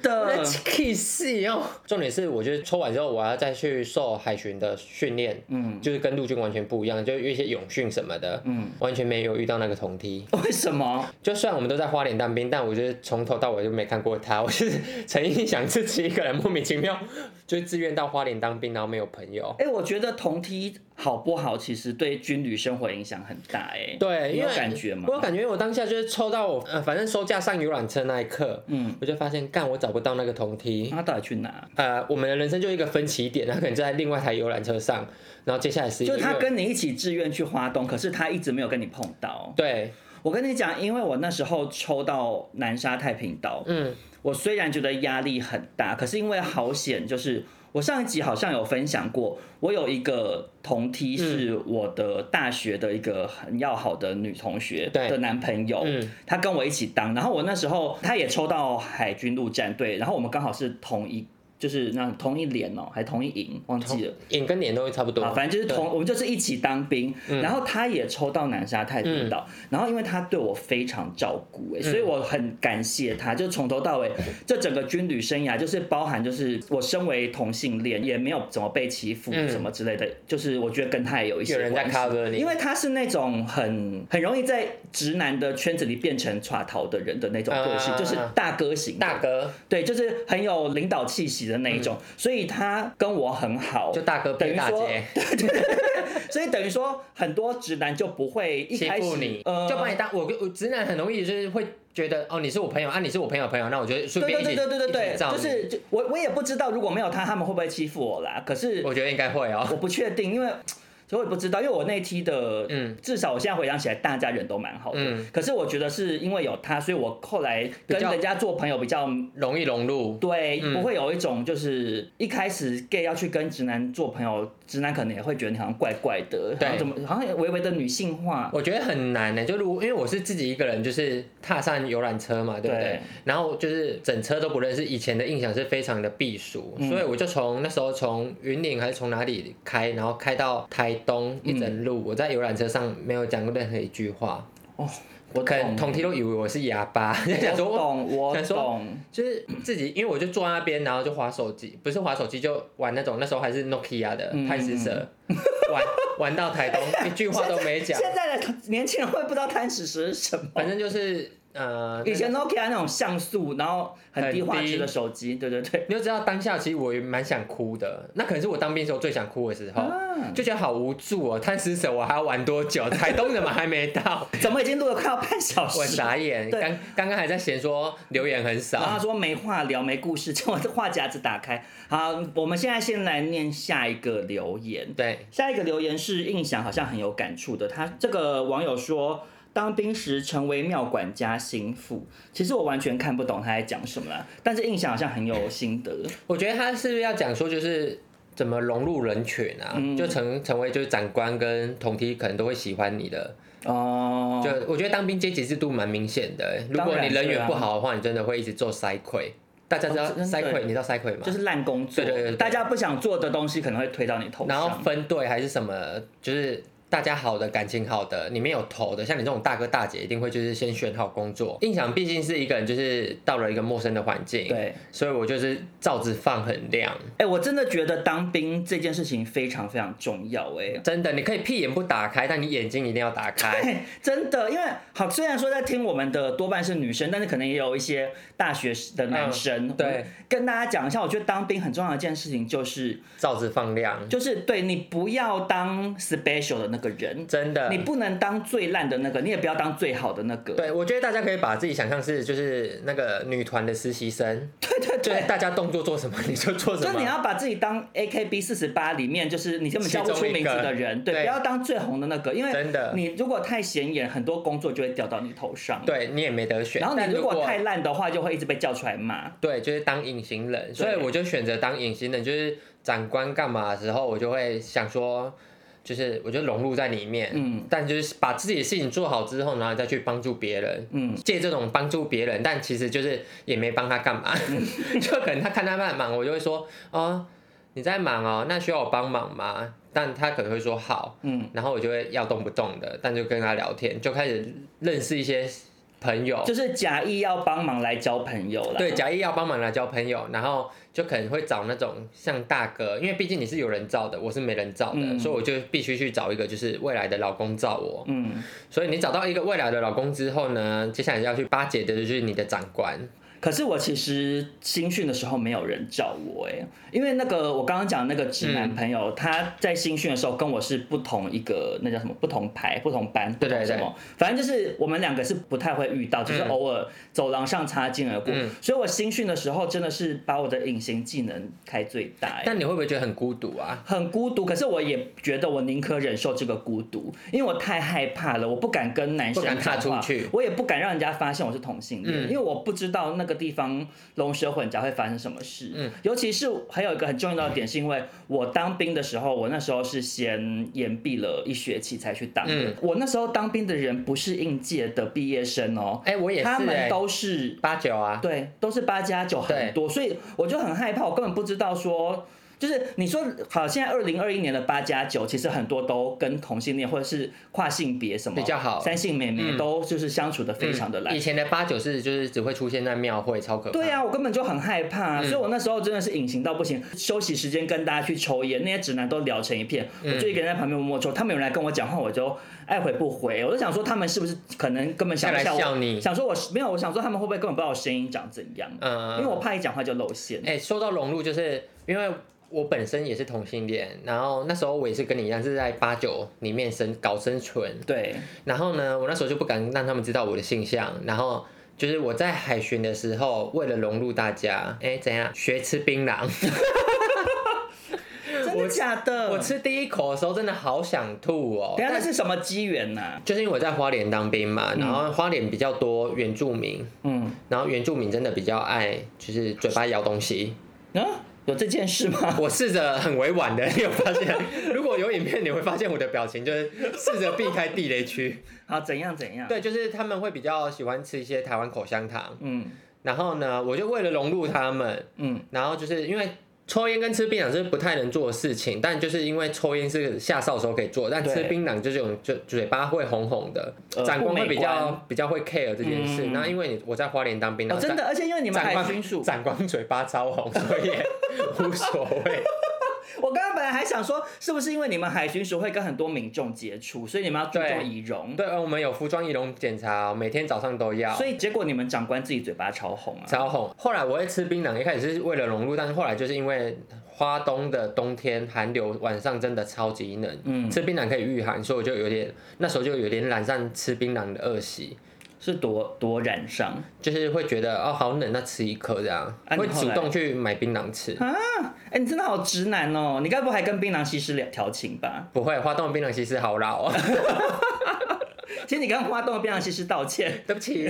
Speaker 1: (laughs)
Speaker 4: 的
Speaker 1: K 系哦，重点是我觉得抽完之后，我还要再去受海巡的训练，嗯，就是跟陆军完全不一样，就有一些泳训什么的，嗯，完全没有遇到那个同梯。
Speaker 4: 为什么？
Speaker 1: 就虽然我们都在花莲当兵，但我就是从头到尾就没看过他。我是陈意想自己一个人莫名其妙就自愿到花莲当兵，然后没有朋友。
Speaker 4: 哎、我觉得同梯好不好，其实对军旅生活影响很大、
Speaker 1: (laughs)
Speaker 4: 哎，
Speaker 1: 对，
Speaker 4: 你
Speaker 1: 因
Speaker 4: 有
Speaker 1: 为
Speaker 4: 感觉吗？
Speaker 1: 我有感觉，因为我当下就是抽到我，呃，反正收假上游览车那一刻，嗯，我就发现，干，我找不到那个同梯。
Speaker 4: 他到底去哪？
Speaker 1: 呃，我们的人生就一个分歧点，他可能就在另外一台游览车上，然后接下来是一
Speaker 4: 就
Speaker 1: 个
Speaker 4: 是他跟你一起志愿去花东，可是他一直没有跟你碰到。
Speaker 1: 对，
Speaker 4: 我跟你讲，因为我那时候抽到南沙太平岛，
Speaker 1: 嗯，
Speaker 4: 我虽然觉得压力很大，可是因为好险，就是我上一集好像有分享过，我有一个同梯是我的大学的一个很要好的女同学
Speaker 1: 对
Speaker 4: 的男朋友，
Speaker 1: 嗯
Speaker 4: 他跟我一起当，然后我那时候他也抽到海军陆战队，然后我们刚好是同一。就是那同一连哦，还同一营，忘记了。
Speaker 1: 眼跟脸都会差不多
Speaker 4: 啊，，反正就是同
Speaker 1: 对嗯
Speaker 4: 我们就是一起当兵，然后他也抽到南沙太平岛，然后因为他对我非常照顾、欸，所以
Speaker 1: 嗯
Speaker 4: 我很感谢他，就从头到尾，这整个军旅生涯就是包含就是我身为同性恋也没有怎么被欺负
Speaker 1: 嗯
Speaker 4: 什么之类的，就是我觉得跟他也有一些
Speaker 1: 有人在
Speaker 4: 关系
Speaker 1: cover 你
Speaker 4: 因为他是那种很很容易在直男的圈子里变成耍逃的人的那种个性，
Speaker 1: 啊
Speaker 4: 就是大哥型的
Speaker 1: 大。哥
Speaker 4: 对，就是很有领导气息的那一种，所以他跟我很好，
Speaker 1: 就大哥
Speaker 4: 等
Speaker 1: 配
Speaker 4: 于
Speaker 1: 大
Speaker 4: 说
Speaker 1: 姐，
Speaker 4: 所以等于说，很多直男就不会一
Speaker 1: 欺
Speaker 4: 开
Speaker 1: 负
Speaker 4: 始
Speaker 1: 你，
Speaker 4: 呃，
Speaker 1: 就把你当我我直男很容易就是会觉得哦你是我朋友啊你是我朋友的朋友，那我就顺
Speaker 4: 对
Speaker 1: 便
Speaker 4: 对
Speaker 1: 一起
Speaker 4: 对对对对
Speaker 1: 一
Speaker 4: 对，
Speaker 1: 起照
Speaker 4: 就
Speaker 1: 你
Speaker 4: 是就我我也不知道，如果没有他，他们会不会欺负我啦？可是
Speaker 1: 我觉得应该会
Speaker 4: 我
Speaker 1: 哦，
Speaker 4: 不确定，因为。所以我也不知道，因为我那一梯的，
Speaker 1: 嗯
Speaker 4: 至少我现在回想起来，大家人都蛮好的。
Speaker 1: 嗯
Speaker 4: 可是我觉得是因为有他，所以我后来
Speaker 1: 比
Speaker 4: 跟
Speaker 1: 较
Speaker 4: 人家做朋友比较
Speaker 1: 容易融入，
Speaker 4: 对，
Speaker 1: 嗯
Speaker 4: 不会有一种就是一开始 gay 要去跟直男做朋友，直男可能也会觉得你好像怪怪的，
Speaker 1: 对
Speaker 4: 好像怎么好像微微的女性化。
Speaker 1: 我觉得很难呢、欸就如因为我是自己一个人，就是踏上游览车嘛，对不对？
Speaker 4: 对
Speaker 1: 然后就是整车都不认识，以前的印象是非常的避暑，
Speaker 4: 嗯
Speaker 1: 所以我就从那时候从云岭还是从哪里开，然后开到台东一整路，我在游览车上没有讲过任何一句话，
Speaker 4: 哦，我
Speaker 1: 可能
Speaker 4: 懂，
Speaker 1: 同梯都以为我是哑巴， (laughs) 就想
Speaker 4: 我
Speaker 1: 说
Speaker 4: 懂，我
Speaker 1: 想说
Speaker 4: 懂。
Speaker 1: 就是自己，因为我就坐在那边，然后就划手机，不是划手机就玩那种，那时候还是 Nokia 的
Speaker 4: 嗯
Speaker 1: 贪食蛇，玩玩到
Speaker 4: (laughs)
Speaker 1: 台东，一句话都没讲，
Speaker 4: 现在的年轻人会不知道贪食蛇是什么。
Speaker 1: (laughs) 反正就是呃，
Speaker 4: 以前 Nokia 那种像素，然后很低画
Speaker 1: 很低
Speaker 4: 质的手机，对对对。
Speaker 1: 你就知道当下其实我也蛮想哭的，那可能是我当兵时候最想哭的时候，
Speaker 4: 啊
Speaker 1: 就觉得好无助哦。贪吃蛇我还要玩多久？台东怎么还没
Speaker 4: (laughs)
Speaker 1: 到？
Speaker 4: 怎么已经录了快要半小时？
Speaker 1: 我傻眼，
Speaker 4: 对啊
Speaker 1: 刚刚刚还在嫌说留言很
Speaker 4: 然后
Speaker 1: 少，
Speaker 4: 他说没话聊，没故事，叫我话匣子打开。好，我们现在先来念下一个留言。
Speaker 1: 对，
Speaker 4: 下一个留言是印象好像很有感触的，他这个网友说。当兵时成为庙管家心腹，其实我完全看不懂他在讲什么啦，但是印象好像很有心得。
Speaker 1: 我觉得他是不是要讲说就是。怎么融入人群啊？
Speaker 4: 嗯
Speaker 1: 就成成为就是长官跟同梯可能都会喜欢你的。
Speaker 4: 哦，
Speaker 1: 就我觉得当兵阶级制度蛮明显的、欸如
Speaker 4: 当
Speaker 1: 果
Speaker 4: 然
Speaker 1: 你人
Speaker 4: 对啊
Speaker 1: 缘不好的话，你真的会一直做塞亏。大家知道
Speaker 4: 哦真的
Speaker 1: 塞亏，你知道塞亏吗？
Speaker 4: 就是烂工作，
Speaker 1: 对对对对
Speaker 4: 大家不想做的东西可能会推到你头
Speaker 1: 然后
Speaker 4: 上。
Speaker 1: 分队还是什么，就是大家好的感情好的，里面有头的，像你这种大哥大姐一定会就是先选好工作。印象毕竟是一个人，就是到了一个陌生的环境，
Speaker 4: 对，
Speaker 1: 所以我就是罩子放很亮，
Speaker 4: 哎、我真的觉得当兵这件事情非常非常重要、哎。
Speaker 1: 真的，你可以屁眼不打开，但你眼睛一定要打
Speaker 4: (laughs)
Speaker 1: 开。
Speaker 4: 哎，真的，因为好，虽然说在听我们的多半是女生，但是可能也有一些大学的男生。
Speaker 1: 嗯对，
Speaker 4: 跟大家讲一下，我觉得当兵很重要的一件事情就是，
Speaker 1: 罩子放亮，
Speaker 4: 就是对你不要当 special 的那个人，
Speaker 1: 真的
Speaker 4: 你不能当最烂的那个，你也不要当最好的那个。
Speaker 1: 对，我觉得大家可以把自己想象是就是那个女团的实习生，
Speaker 4: (laughs) 对对
Speaker 1: 就是
Speaker 4: 对。
Speaker 1: 大家动作做什么你就做什
Speaker 4: 就
Speaker 1: 么。
Speaker 4: 是你要把自己当 A K B 四十八里面，就是你根本叫不出名字的人，
Speaker 1: 其中一个
Speaker 4: 对，
Speaker 1: 对
Speaker 4: 不要当最红的那个，因为
Speaker 1: 真的
Speaker 4: 你如果太显眼，很多工作就会掉到你头上。，
Speaker 1: 对你也没得选。
Speaker 4: 然后
Speaker 1: 但
Speaker 4: 你
Speaker 1: 如哦
Speaker 4: 如果太烂的话，就会一直被叫出来骂。
Speaker 1: 对，就是当隐形人，所以
Speaker 4: 啊
Speaker 1: 我就选择当隐形人，就是长官干嘛的时候，我就会想说，就是我就融入在里面，
Speaker 4: 嗯，
Speaker 1: 但就是把自己的事情做好之后，然后再去帮助别人，
Speaker 4: 嗯，
Speaker 1: 借这种帮助别人，但其实就是也没帮他干嘛，
Speaker 4: 嗯
Speaker 1: (laughs) 就可能他看他在忙，我就会说，哦，你在忙哦，那需要我帮忙吗？但他可能会说好，
Speaker 4: 嗯，
Speaker 1: 然后我就会要动不动的，但就跟他聊天，就开始认识一些朋友，
Speaker 4: 就是假意要帮忙来交朋友啦。
Speaker 1: 对，假意要帮忙来交朋友，然后就可能会找那种像大哥，因为毕竟你是有人罩的，我是没人罩的，
Speaker 4: 嗯
Speaker 1: 所以我就必须去找一个就是未来的老公罩我。
Speaker 4: 嗯，
Speaker 1: 所以你找到一个未来的老公之后呢，接下来要去巴结的就是你的长官。
Speaker 4: 可是我其实新训的时候没有人找我哎、因为那个我刚刚讲的那个直男朋友，他在新训的时候跟我是不同一个那叫什么不同排不同班
Speaker 1: 对对
Speaker 4: 不同什么，反正就是我们两个是不太会遇到，只是
Speaker 1: 嗯
Speaker 4: 偶尔走廊上擦肩而过。
Speaker 1: 嗯
Speaker 4: 所以我新训的时候真的是把我的隐形技能开最大、欸。
Speaker 1: 但你会不会觉得很孤独啊？
Speaker 4: 很孤独，可是我也觉得我宁可忍受这个孤独，因为我太害怕了，我不敢跟男生
Speaker 1: 不敢踏
Speaker 4: 讲话
Speaker 1: 出去
Speaker 4: 我也不敢让人家发现我是同性恋，
Speaker 1: 嗯
Speaker 4: 因为我不知道那个地方龙蛇混杂会发生什么事。
Speaker 1: 嗯
Speaker 4: 尤其是还有一个很重要的点，是因为我当兵的时候，我那时候是先延毕了一学期才去当的。
Speaker 1: 嗯
Speaker 4: 我那时候当兵的人不是应届的毕业生哦，
Speaker 1: 哎、我也是、
Speaker 4: 他们
Speaker 1: 哎，
Speaker 4: 都是
Speaker 1: 八九啊，
Speaker 4: 对，都是八加九很多，所以我就很害怕，我根本不知道说，就是你说好，现在二零二一年的八加九，其实很多都跟同性恋或者是跨性别什么
Speaker 1: 比较好
Speaker 4: 三性妹妹
Speaker 1: 嗯
Speaker 4: 都就是相处的非常的来。
Speaker 1: 以前的八九是就是只会出现在庙会，超可怕。
Speaker 4: 对啊，我根本就很害怕、啊
Speaker 1: 嗯
Speaker 4: 所以我那时候真的是隐形到不行。休息时间跟大家去抽烟，那些直男都聊成一片，我
Speaker 1: 嗯
Speaker 4: 就一个人在旁边默默抽。他们有人来跟我讲话，我就爱回不回。我就想说，他们是不是可能根本想不
Speaker 1: 要来
Speaker 4: 下我？
Speaker 1: 笑你
Speaker 4: 想说我是没有，我想说他们会不会根本不知道我声音长怎样？
Speaker 1: 嗯
Speaker 4: 因为我怕一讲话就露馅。
Speaker 1: 哎、说到融入，就是因为我本身也是同性恋，然后那时候我也是跟你一样是在八九里面生搞生存，
Speaker 4: 对，
Speaker 1: 然后呢，我那时候就不敢让他们知道我的性向，然后。就是我在海巡的时候，为了融入大家，哎、怎样学吃槟
Speaker 4: (laughs)
Speaker 1: 榔？
Speaker 4: 真的假的？
Speaker 1: 我。吃第一口的时候真的好想吐哦、
Speaker 4: 等一下那是嗯什么机缘呐？
Speaker 1: 就是因为我在花莲当兵嘛，然后花莲比较多原住民，
Speaker 4: 嗯，
Speaker 1: 然后原住民真的比较爱就是嘴巴咬东西，
Speaker 4: 啊，有这件事 (laughs) 吗？
Speaker 1: 我试着很委婉的，你有发现？如果有影片，你会发现我的表情就是试着避开地雷区。
Speaker 4: 好，怎样怎样？，
Speaker 1: 对，就是他们会比较喜欢吃一些台湾口香糖，
Speaker 4: 嗯
Speaker 1: 然后呢，我就为了融入他们，
Speaker 4: 嗯，
Speaker 1: 然后就是因为抽烟跟吃槟榔是不太能做的事情，但就是因为抽烟是下哨的时候可以做，但
Speaker 4: 对
Speaker 1: 吃槟榔就是有就嘴巴会红红的，
Speaker 4: 呃
Speaker 1: 长官会比
Speaker 4: 不美
Speaker 1: 较
Speaker 4: 观
Speaker 1: 比较会 care 这件事。
Speaker 4: 嗯
Speaker 1: 那、因为你我在花莲当兵，然啊
Speaker 4: 哦，
Speaker 1: 后
Speaker 4: 真的，而且因为你们
Speaker 1: 长
Speaker 4: 海
Speaker 1: 官
Speaker 4: 军署，
Speaker 1: 长官嘴巴超红，所以也无所谓。
Speaker 4: (laughs) 我刚刚本来还想说，是不是因为你们海巡署会跟很多民众接触，所以你们要注重
Speaker 1: 对
Speaker 4: 仪容？
Speaker 1: 对，呃我们有服装仪容检查哦，每天早上都要。
Speaker 4: 所以结果你们长官自己嘴巴超红啊！
Speaker 1: 超红。后来我会吃槟榔，一开始是为了融入，但是后来就是因为花东的冬天寒流，晚上真的超级冷，
Speaker 4: 嗯
Speaker 1: 吃槟榔可以御寒，所以我就有点那时候就有点染上吃槟榔的恶习，
Speaker 4: 是多多染上
Speaker 1: 就是会觉得哦好冷，那吃一颗这样，
Speaker 4: 啊你
Speaker 1: 会
Speaker 4: 后
Speaker 1: 主
Speaker 4: 来
Speaker 1: 动去买槟榔吃。
Speaker 4: 啊！哎、你真的好直男哦！你该不会还跟槟榔西施聊调情吧？
Speaker 1: 不会，花东的槟榔西施好老哦，
Speaker 4: 其实你跟花东的槟榔西施道歉，
Speaker 1: 对不
Speaker 4: (laughs)
Speaker 1: 起。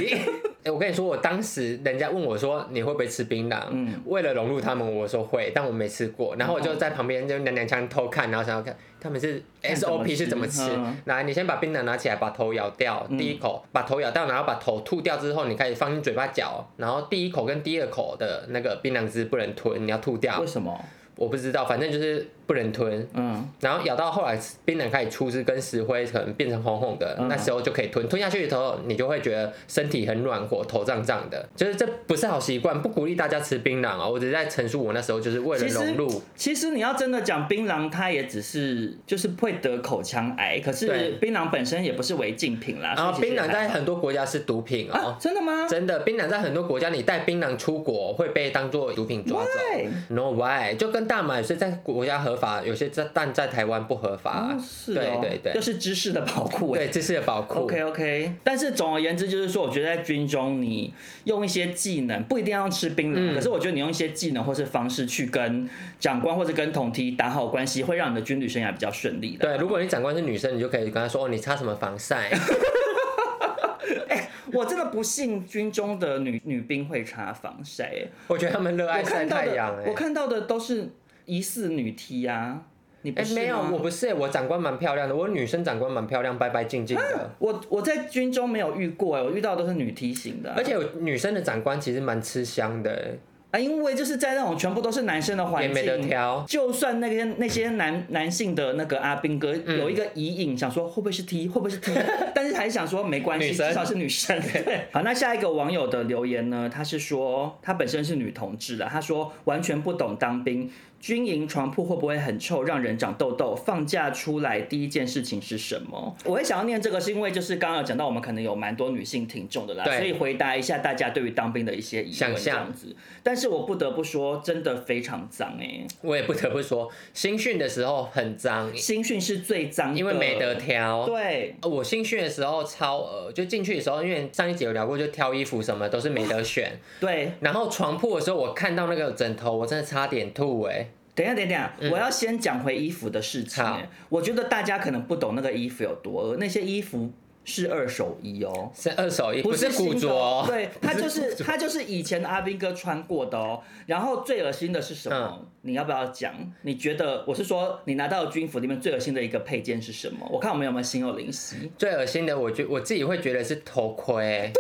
Speaker 1: 哎我跟你说，我当时人家问我说你会不会吃槟榔，
Speaker 4: 嗯
Speaker 1: 为了融入他们，我说会，但我没吃过。然后我就在旁边就娘娘腔偷看，然后想要看他们是
Speaker 4: 看怎么
Speaker 1: SOP 是怎么
Speaker 4: 吃
Speaker 1: 吃
Speaker 4: 嗯。
Speaker 1: 来，你先把槟榔拿起来，把头咬掉，第一口把头咬掉，然后把头吐掉之后，你开始放进嘴巴嚼，然后第一口跟第二口的那个槟榔汁不能吞，你要吐掉
Speaker 4: 为。什么？
Speaker 1: 我不知道，反正就是不能吞。
Speaker 4: 嗯，
Speaker 1: 然后咬到后来，槟榔开始出汁跟石灰，可能变成红红的，
Speaker 4: 嗯
Speaker 1: 那时候就可以吞。吞下去之后，你就会觉得身体很暖和，头胀胀的，就是这不是好习惯，不鼓励大家吃槟榔啊、我只是在陈述我那时候就是为了
Speaker 4: 其实
Speaker 1: 融入，
Speaker 4: 其实你要真的讲槟榔，它也只是就是会得口腔癌，
Speaker 1: 对
Speaker 4: 可是槟榔本身也不是违禁品啦。
Speaker 1: 然后
Speaker 4: 所以
Speaker 1: 槟
Speaker 4: 其实
Speaker 1: 榔
Speaker 4: 还
Speaker 1: 在
Speaker 4: 好
Speaker 1: 很多国家是毒品哦
Speaker 4: 啊，。真的吗？
Speaker 1: 真的，槟榔在很多国家，你带槟榔出国会被当做毒品抓走。
Speaker 4: Why？
Speaker 1: No why？就跟大麻也是在国家合合法，有些在但在台湾不合法。
Speaker 4: 哦是
Speaker 1: 对
Speaker 4: 哦，
Speaker 1: 对对，
Speaker 4: 这是知识的宝库哎
Speaker 1: 对，。这是宝库。
Speaker 4: OK OK，但是总而言之，就是说，我觉得在军中，你用一些技能，不一定要用吃槟榔，
Speaker 1: 嗯
Speaker 4: 可是我觉得你用一些技能或是方式去跟长官或者跟同梯打好关系，会让你的军旅生涯比较顺利的。
Speaker 1: 对，如果你长官是女生，你就可以跟她说：“哦，你擦什么防晒？” (laughs)
Speaker 4: 我真的不信军中的女女兵会擦防晒、欸
Speaker 1: 我觉得他们热爱
Speaker 4: 我
Speaker 1: 晒
Speaker 4: 看到
Speaker 1: 太阳、
Speaker 4: 的
Speaker 1: 欸。
Speaker 4: 我看到的都是疑似女梯啊，你不
Speaker 1: 哎、
Speaker 4: 是、
Speaker 1: 没有，我。不是，我长官蛮漂亮的，我女生长官蛮漂亮，白白净净的。
Speaker 4: 我我在军中没有遇过哎、我遇到都是女梯型的啊、
Speaker 1: 而且有女生的长官其实蛮吃香的、欸
Speaker 4: 啊，因为就是在那种全部都是男生的环境，
Speaker 1: 也没得挑
Speaker 4: 就算那些那些男男性的那个阿兵哥
Speaker 1: 嗯
Speaker 4: 有一个疑影，想说会不会是 T，会不会是 T，但 (laughs) 是还是想说没关系，
Speaker 1: 女
Speaker 4: 至
Speaker 1: 生
Speaker 4: 少是
Speaker 1: (laughs)
Speaker 4: 女生。对，好，那下一个网友的留言呢，他是说他本身是女同志啊的，他说完全不懂当兵。军营床铺会不会很臭，让人长痘痘？放假出来第一件事情是什么？我会想要念这个，是因为就是刚刚有讲到，我们可能有蛮多女性听众的啦，
Speaker 1: 对
Speaker 4: 所以回答一下大家对于当兵的一些疑
Speaker 1: 想
Speaker 4: 问这
Speaker 1: 象
Speaker 4: 样子。但是我不得不说，真的非常脏哎、
Speaker 1: 我也不得不说，新训的时候很脏，
Speaker 4: 新训是最脏的，
Speaker 1: 因为没得挑。
Speaker 4: 对。
Speaker 1: 呃我新训的时候超恶，就进去的时候，因为上一集有聊过，就挑衣服什么都是没得选。
Speaker 4: 对，
Speaker 1: 然后床铺的时候，我看到那个枕头，我真的差点吐哎、
Speaker 4: 等一下，等一下，我要先讲回衣服的事情
Speaker 1: 嗯好
Speaker 4: 欸。我觉得大家可能不懂那个衣服有多恶，那些衣服是二手衣哦，
Speaker 1: 是二手衣，不
Speaker 4: 是
Speaker 1: 古
Speaker 4: 新的
Speaker 1: 着
Speaker 4: 哦
Speaker 1: 哦。
Speaker 4: 对，它
Speaker 1: (laughs)
Speaker 4: 就是它就是以前的阿兵哥穿过的哦。然后最恶心的是什么？
Speaker 1: 嗯
Speaker 4: 你要不要讲？你觉得我是说你拿到军服里面最恶心的一个配件是什么？我看我们有没有心有灵犀。
Speaker 1: 最恶心的，我觉我自己会觉得是头盔、欸。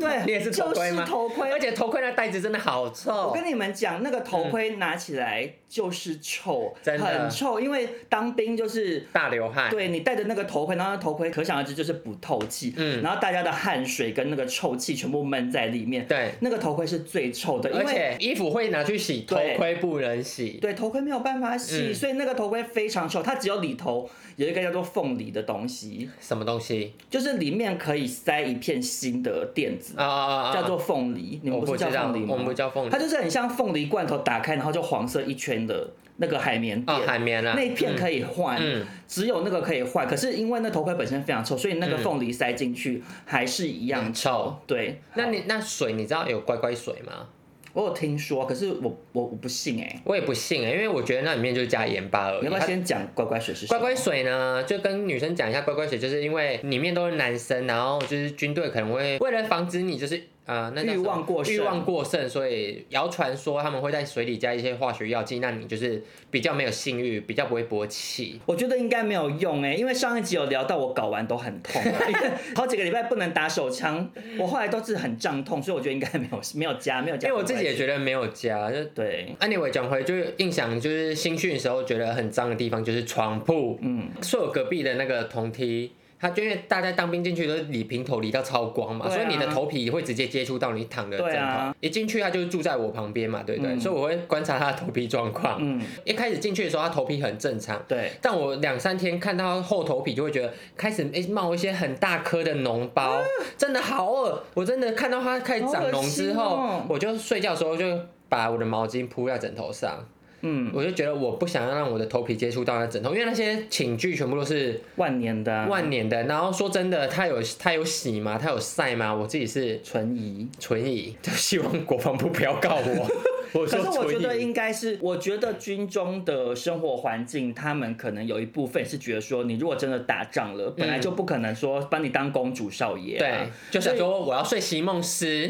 Speaker 4: 对，
Speaker 1: 你也是头盔吗？
Speaker 4: 就是头盔，
Speaker 1: 而且头盔那袋子真的好
Speaker 4: 我
Speaker 1: 臭。
Speaker 4: 跟你们讲，那个头盔拿起来就是臭，
Speaker 1: 嗯真的
Speaker 4: 很臭，因为当兵就是。
Speaker 1: 大流汗。
Speaker 4: 对你戴着那个头盔，然后那头盔可想而知就是不透气，
Speaker 1: 嗯
Speaker 4: 然后大家的汗水跟那个臭气全部闷在里面，
Speaker 1: 对
Speaker 4: 那个头盔是最臭的，因
Speaker 1: 而
Speaker 4: 为
Speaker 1: 且衣服会拿去洗，头
Speaker 4: 对
Speaker 1: 盔不能洗。
Speaker 4: 对头盔没有办法洗，
Speaker 1: 嗯
Speaker 4: 所以那个头盔非常臭，它只有里头有一个叫做凤梨的东西，
Speaker 1: 什么东西
Speaker 4: 就是里面可以塞一片新的垫子，
Speaker 1: 啊啊啊啊！
Speaker 4: 叫做凤梨，你们
Speaker 1: 我
Speaker 4: 不
Speaker 1: 不
Speaker 4: 是
Speaker 1: 知
Speaker 4: 叫
Speaker 1: 道，
Speaker 4: 凤梨吗？
Speaker 1: 我们不叫凤梨
Speaker 4: 它就是很像凤梨罐头打开，然后就黄色一圈的那个海绵垫
Speaker 1: 哦，海绵啊，
Speaker 4: 那一片可
Speaker 1: 以。
Speaker 4: 以换，
Speaker 1: 嗯
Speaker 4: 只有那个可以换。可是因为那头盔本身非常臭，所以那个凤梨塞进
Speaker 1: 嗯
Speaker 4: 去还是一样
Speaker 1: 很臭
Speaker 4: 对，
Speaker 1: 那
Speaker 4: 好
Speaker 1: 你那水你知道有乖乖水吗？
Speaker 4: 我有听说，可是我我我不信哎、
Speaker 1: 我也不信哎、因为我觉得那里面就是加盐巴而已。
Speaker 4: 你要不要
Speaker 1: 它
Speaker 4: 先讲乖乖水是什
Speaker 1: 乖
Speaker 4: 么？
Speaker 1: 乖水呢，就跟女生讲一下乖乖水，就是因为里面都是男生，然后就是军队可能会为了防止你就是呃那叫什么
Speaker 4: 欲望过剩
Speaker 1: 欲望过剩，所以谣传说他们会在水里加一些化学药剂，让你就是比较没有性欲，比较不会勃起。
Speaker 4: 我觉得应该没有用哎、因为上一集有聊到我睾丸都很痛，啊
Speaker 1: (laughs)
Speaker 4: 因为好几个礼拜不能打手枪，我后来都是很胀痛，所以我觉得应该没有没有加没有加
Speaker 1: 因为
Speaker 4: 乖
Speaker 1: 我
Speaker 4: 乖水。
Speaker 1: 自己也觉得没有加，就
Speaker 4: 对，
Speaker 1: anyway 讲回就是印象就是新训的时候觉得很脏的地方就是床铺，
Speaker 4: 嗯，
Speaker 1: 睡我隔壁的那个同梯。他就因为大家当兵进去都是理平头理到超光嘛，
Speaker 4: 对啊
Speaker 1: 所以你的头皮会直接接触到你躺的枕
Speaker 4: 对
Speaker 1: 头。
Speaker 4: 啊
Speaker 1: 一进去他就住在我旁边嘛，对不对？
Speaker 4: 嗯
Speaker 1: 所以我会观察他的头皮状况。
Speaker 4: 嗯，
Speaker 1: 一开始进去的时候他头皮很正常，
Speaker 4: 对。
Speaker 1: 但我两三天看到后头皮，就会觉得开始诶冒一些很大颗的脓包，真的好恶！我真的看到它开始长脓之后，
Speaker 4: 好恶心哦
Speaker 1: 我就睡觉的时候就把我的毛巾铺在枕头上，
Speaker 4: 嗯，
Speaker 1: 我就觉得我不想要让我的头皮接触到那枕头，因为那些寝具全部都是
Speaker 4: 万年的、啊、
Speaker 1: 万年的。然后说真的，它有它有洗吗？它有晒吗？我自己是
Speaker 4: 存疑。
Speaker 1: 存疑，就 (laughs) 希望国防部不要告我。我
Speaker 4: (laughs) 可
Speaker 1: 说
Speaker 4: 是我觉得
Speaker 1: 存疑。
Speaker 4: 应该是，我觉得军中的生活环境，他们可能有一部分是觉得说，你如果真的打仗了，本来就不可能说把你当公主少爷、啊
Speaker 1: 对，，就想说我要睡席梦思，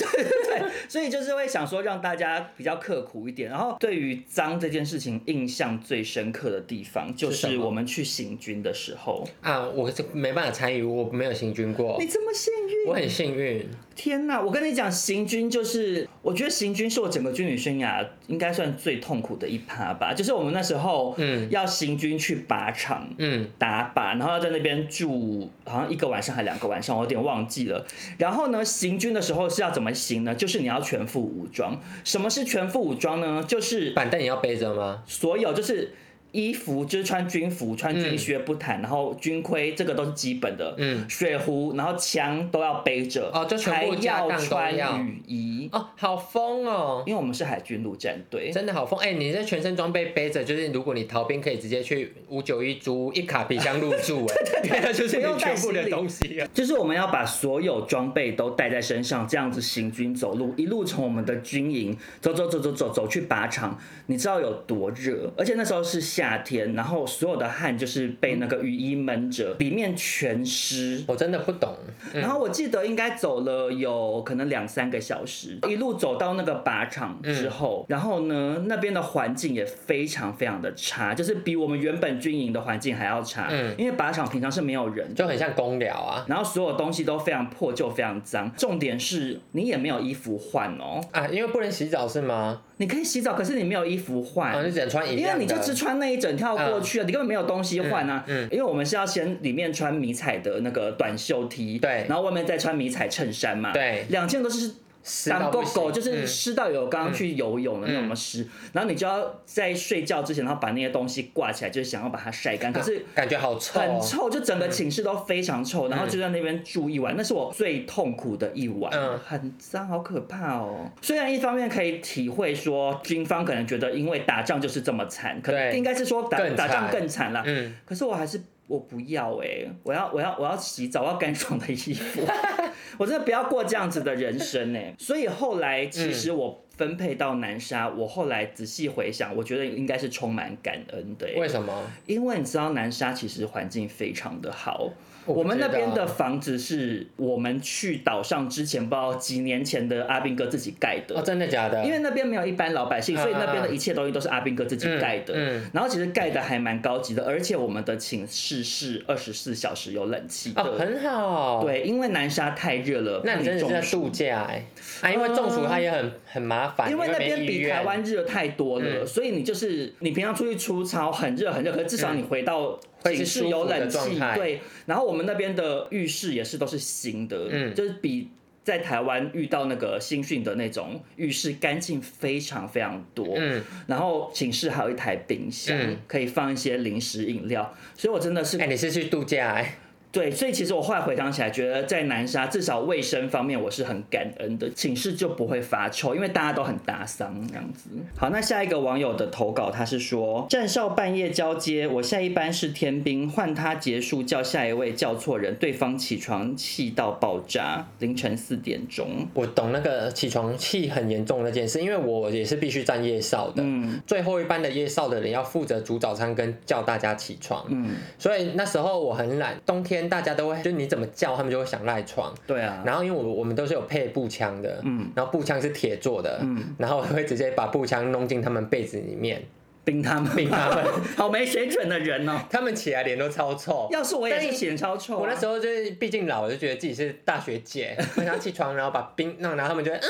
Speaker 4: 所以就是会想说让大家比较刻苦一点。然后对于脏这件事情，印象最深刻的地方就是
Speaker 1: 什
Speaker 4: 是
Speaker 1: 么
Speaker 4: 我们去行军的时候，
Speaker 1: 啊，我是没办法参与，我没有行军过
Speaker 4: 你，这么幸运，
Speaker 1: 我很幸运。
Speaker 4: 天呐，我跟你讲，行军就是，我觉得行军是我整个军旅生涯应该算最痛苦的一趴吧。就是我们那时候，
Speaker 1: 嗯
Speaker 4: 要行军去靶场，
Speaker 1: 嗯，
Speaker 4: 打靶，然后要在那边住，好像一个晚上还两个晚上，我有点忘记了。然后呢，行军的时候是要怎么行呢？就是你要全副武装。什么是全副武装呢？就是
Speaker 1: 板凳也要背着吗？
Speaker 4: 所有就是衣服就是穿军服、穿军靴不谈，然后军盔这个都是基本的，
Speaker 1: 嗯
Speaker 4: 水壶，然后枪都要背着，
Speaker 1: 哦就全
Speaker 4: 还
Speaker 1: 部家
Speaker 4: 要
Speaker 1: 当都
Speaker 4: 穿
Speaker 1: 要
Speaker 4: 雨衣，
Speaker 1: 哦，好疯哦，
Speaker 4: 因为我们是海军陆战队，
Speaker 1: 真的好疯！哎、你这全身装备背着，就是如果你逃兵，可以直接去五九一租一卡皮箱入住、
Speaker 4: (laughs)
Speaker 1: 哎，对对对，就是
Speaker 4: 不
Speaker 1: 你
Speaker 4: 用
Speaker 1: 全
Speaker 4: 带
Speaker 1: 部的
Speaker 4: 行李
Speaker 1: 东西啊。
Speaker 4: 就是我们要把所有装备都带在身上，这样子行军走路，一路从我们的军营走走走走走走去靶场，你知道有多热？而且那时候是夏天，然后所有的汗就是被那个雨衣闷着，里面全湿。
Speaker 1: 我真的不懂，
Speaker 4: 然后我记得应该走了有可能两三个小时，一路走到那个靶场之
Speaker 1: 嗯
Speaker 4: 后，然后呢，那边的环境也非常非常的差，就是比我们原本军营的环境还要差。
Speaker 1: 嗯
Speaker 4: 因为靶场平常是没有人的，
Speaker 1: 就很像公聊啊
Speaker 4: 然后所有东西都非常破旧、非常脏。重点是你也没有衣服换哦，
Speaker 1: 啊，因为不能洗澡是吗？
Speaker 4: 你可以洗澡，可是你没有衣服换。
Speaker 1: 啊，就只能穿一
Speaker 4: 因
Speaker 1: 样
Speaker 4: 为
Speaker 1: 的。嗯
Speaker 4: 你就只穿那一整套过去啊，你根本没有东西换啊。
Speaker 1: 嗯嗯
Speaker 4: 因为我们是要先里面穿迷彩的那个短袖 T，
Speaker 1: 对
Speaker 4: 然后外面再穿迷彩衬衫嘛，
Speaker 1: 对
Speaker 4: 两件都是
Speaker 1: 湿到
Speaker 4: 当
Speaker 1: 不
Speaker 4: 狗
Speaker 1: 行
Speaker 4: 狗，就是
Speaker 1: 嗯
Speaker 4: 湿到有刚刚去游泳的那
Speaker 1: 嗯
Speaker 4: 种湿，然后你就要在睡觉之前，然后把那些东西挂起来，就是想要把它晒干。可是嗯
Speaker 1: 感觉好臭、
Speaker 4: (laughs) 很
Speaker 1: 哦。
Speaker 4: 臭，就整个寝室都非常臭，然后就在那边住一晚，那是我最痛苦的一晚，
Speaker 1: 嗯
Speaker 4: 很脏，好可怕哦。虽然一方面可以体会说军方可能觉得因为打仗就是这么惨，可
Speaker 1: 对
Speaker 4: 应该是说打
Speaker 1: 更惨
Speaker 4: 打仗更惨啦，
Speaker 1: 嗯，
Speaker 4: 可是我还是我不要哎、我要我要我要洗澡，我要干爽的
Speaker 1: (laughs)
Speaker 4: 衣服，我真的不要过这样子的人生哎、所以后来其
Speaker 1: 嗯
Speaker 4: 实我分配到南沙，我后来仔细回想，我觉得应该是充满感恩的、欸。
Speaker 1: 为什么？
Speaker 4: 因为你知道南沙其实环境非常的好，
Speaker 1: 我
Speaker 4: 我
Speaker 1: 不
Speaker 4: 们那
Speaker 1: 知道
Speaker 4: 边的房子是我们去岛上之前不知道几年前的阿兵哥自己盖的。
Speaker 1: 哦，真的假的？
Speaker 4: 因为那边没有一般老百姓，
Speaker 1: 嗯
Speaker 4: 所以那边的一切东西都是阿兵哥自己盖的。
Speaker 1: 嗯嗯
Speaker 4: 然后其实盖的还蛮高级的，而且我们的寝室是二十四小时有冷气的。
Speaker 1: 哦，很好。，
Speaker 4: 对，因为南沙太热了，
Speaker 1: 那你真的
Speaker 4: 怕
Speaker 1: 是在
Speaker 4: 中暑
Speaker 1: 度假哎、啊，因为中暑它也很很麻烦，
Speaker 4: 嗯因为那边
Speaker 1: 没医
Speaker 4: 比
Speaker 1: 院
Speaker 4: 台湾热太多了，
Speaker 1: 嗯
Speaker 4: 所以你就是你平常出去出操很热很热，可是至少你回到
Speaker 1: 嗯会是
Speaker 4: 寝
Speaker 1: 舒
Speaker 4: 室
Speaker 1: 服
Speaker 4: 有
Speaker 1: 的
Speaker 4: 冷
Speaker 1: 状
Speaker 4: 气，
Speaker 1: 态
Speaker 4: 对。然后我们那边的浴室也是都是新的，
Speaker 1: 嗯
Speaker 4: 就是比在台湾遇到那个新训的那种浴室干净非常非常多。
Speaker 1: 嗯，
Speaker 4: 然后寝室还有一台冰箱，
Speaker 1: 嗯
Speaker 4: 可以放一些零食饮料，所以我真的是
Speaker 1: 哎、你是去度假哎、
Speaker 4: 对，所以其实我后来回想起来，觉得在南沙至少卫生方面我是很感恩的，寝室就不会发臭，因为大家都很搭桑这样子。好，那下一个网友的投稿，他是说站哨半夜交接，我下一班是天兵，换他结束叫下一位叫错人，对方起床气到爆炸，凌晨四点钟。
Speaker 1: 我懂那个起床气很严重那件事，因为我也是必须站夜哨的，
Speaker 4: 嗯
Speaker 1: 最后一班的夜哨的人要负责煮早餐跟叫大家起床，
Speaker 4: 嗯，
Speaker 1: 所以那时候我很懒，冬天大家都会，就是你怎么叫他们就会想赖床。
Speaker 4: 对啊，
Speaker 1: 然后因为我我们都是有配步枪的，
Speaker 4: 嗯
Speaker 1: 然后步枪是铁做的，
Speaker 4: 嗯
Speaker 1: 然后我会直接把步枪弄进他们被子里面，
Speaker 4: (laughs) 冰他们，
Speaker 1: 冰他们，
Speaker 4: 好没水准的人哦。
Speaker 1: 他们起来脸都超臭。
Speaker 4: (laughs) 要是我也
Speaker 1: 但
Speaker 4: 是显超臭、啊，
Speaker 1: 我那时候就是，毕竟老，我就觉得自己是大学
Speaker 4: (laughs)
Speaker 1: 姐，我想要起床，然后把冰弄，然后他们就会嗯，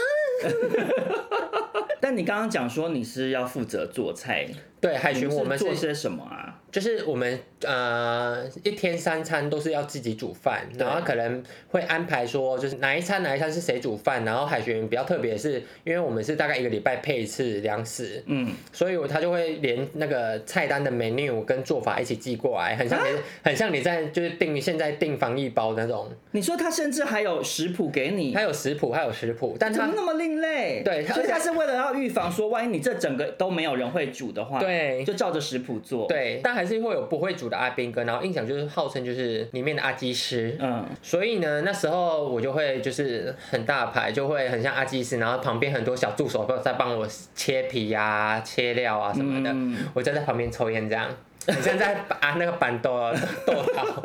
Speaker 4: 但你刚刚讲说你是要负责做菜，
Speaker 1: 对，海
Speaker 4: 你
Speaker 1: 巡我们
Speaker 4: 做
Speaker 1: 是
Speaker 4: 些什么啊？
Speaker 1: 就是我们呃一天三餐都是要自己煮饭，然后可能会安排说就是哪一餐哪一餐是谁煮饭，然后海巡比较特别是，因为我们是大概一个礼拜配一次粮食，
Speaker 4: 嗯，
Speaker 1: 所以他就会连那个菜单的 menu 跟做法一起寄过来，很像
Speaker 4: 嗯
Speaker 1: 你，很像你在就是订现在订防疫包那种，
Speaker 4: 你说他甚至还有食谱给你
Speaker 1: 它，有食谱，它有食谱，但
Speaker 4: 怎
Speaker 1: 它
Speaker 4: 么那么另类？
Speaker 1: 对他
Speaker 4: 所以他是为了要预防说，万一你这整个都没有人会煮的话，
Speaker 1: 对
Speaker 4: 就照着食谱做。，
Speaker 1: 对，但还是会有不会煮的阿兵哥，然后印象就是号称就是里面的阿基师。
Speaker 4: 嗯，
Speaker 1: 所以呢，那时候我就会就是很大牌，就会很像阿基师，然后旁边很多小助手在帮我切皮呀、切料啊什么的，
Speaker 4: 嗯
Speaker 1: 我就在旁边抽烟这样，很像在啊那个板豆豆桃。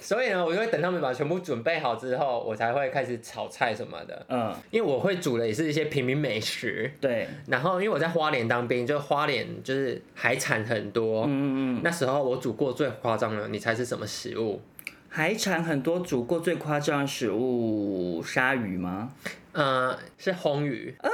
Speaker 1: 所以呢，我就会等他们把全部准备好之后，我才会开始炒菜什么的。
Speaker 4: 嗯，
Speaker 1: 因为我会煮的也是一些平民美食，
Speaker 4: 对，
Speaker 1: 然后因为我在花莲当兵，就花莲就是海产很多。
Speaker 4: 嗯嗯嗯，
Speaker 1: 那时候我煮过最夸张的，你猜是什么食物？
Speaker 4: 海产很多煮过最夸张的食物，鲨鱼吗？
Speaker 1: 呃，是烘鱼。
Speaker 4: 哦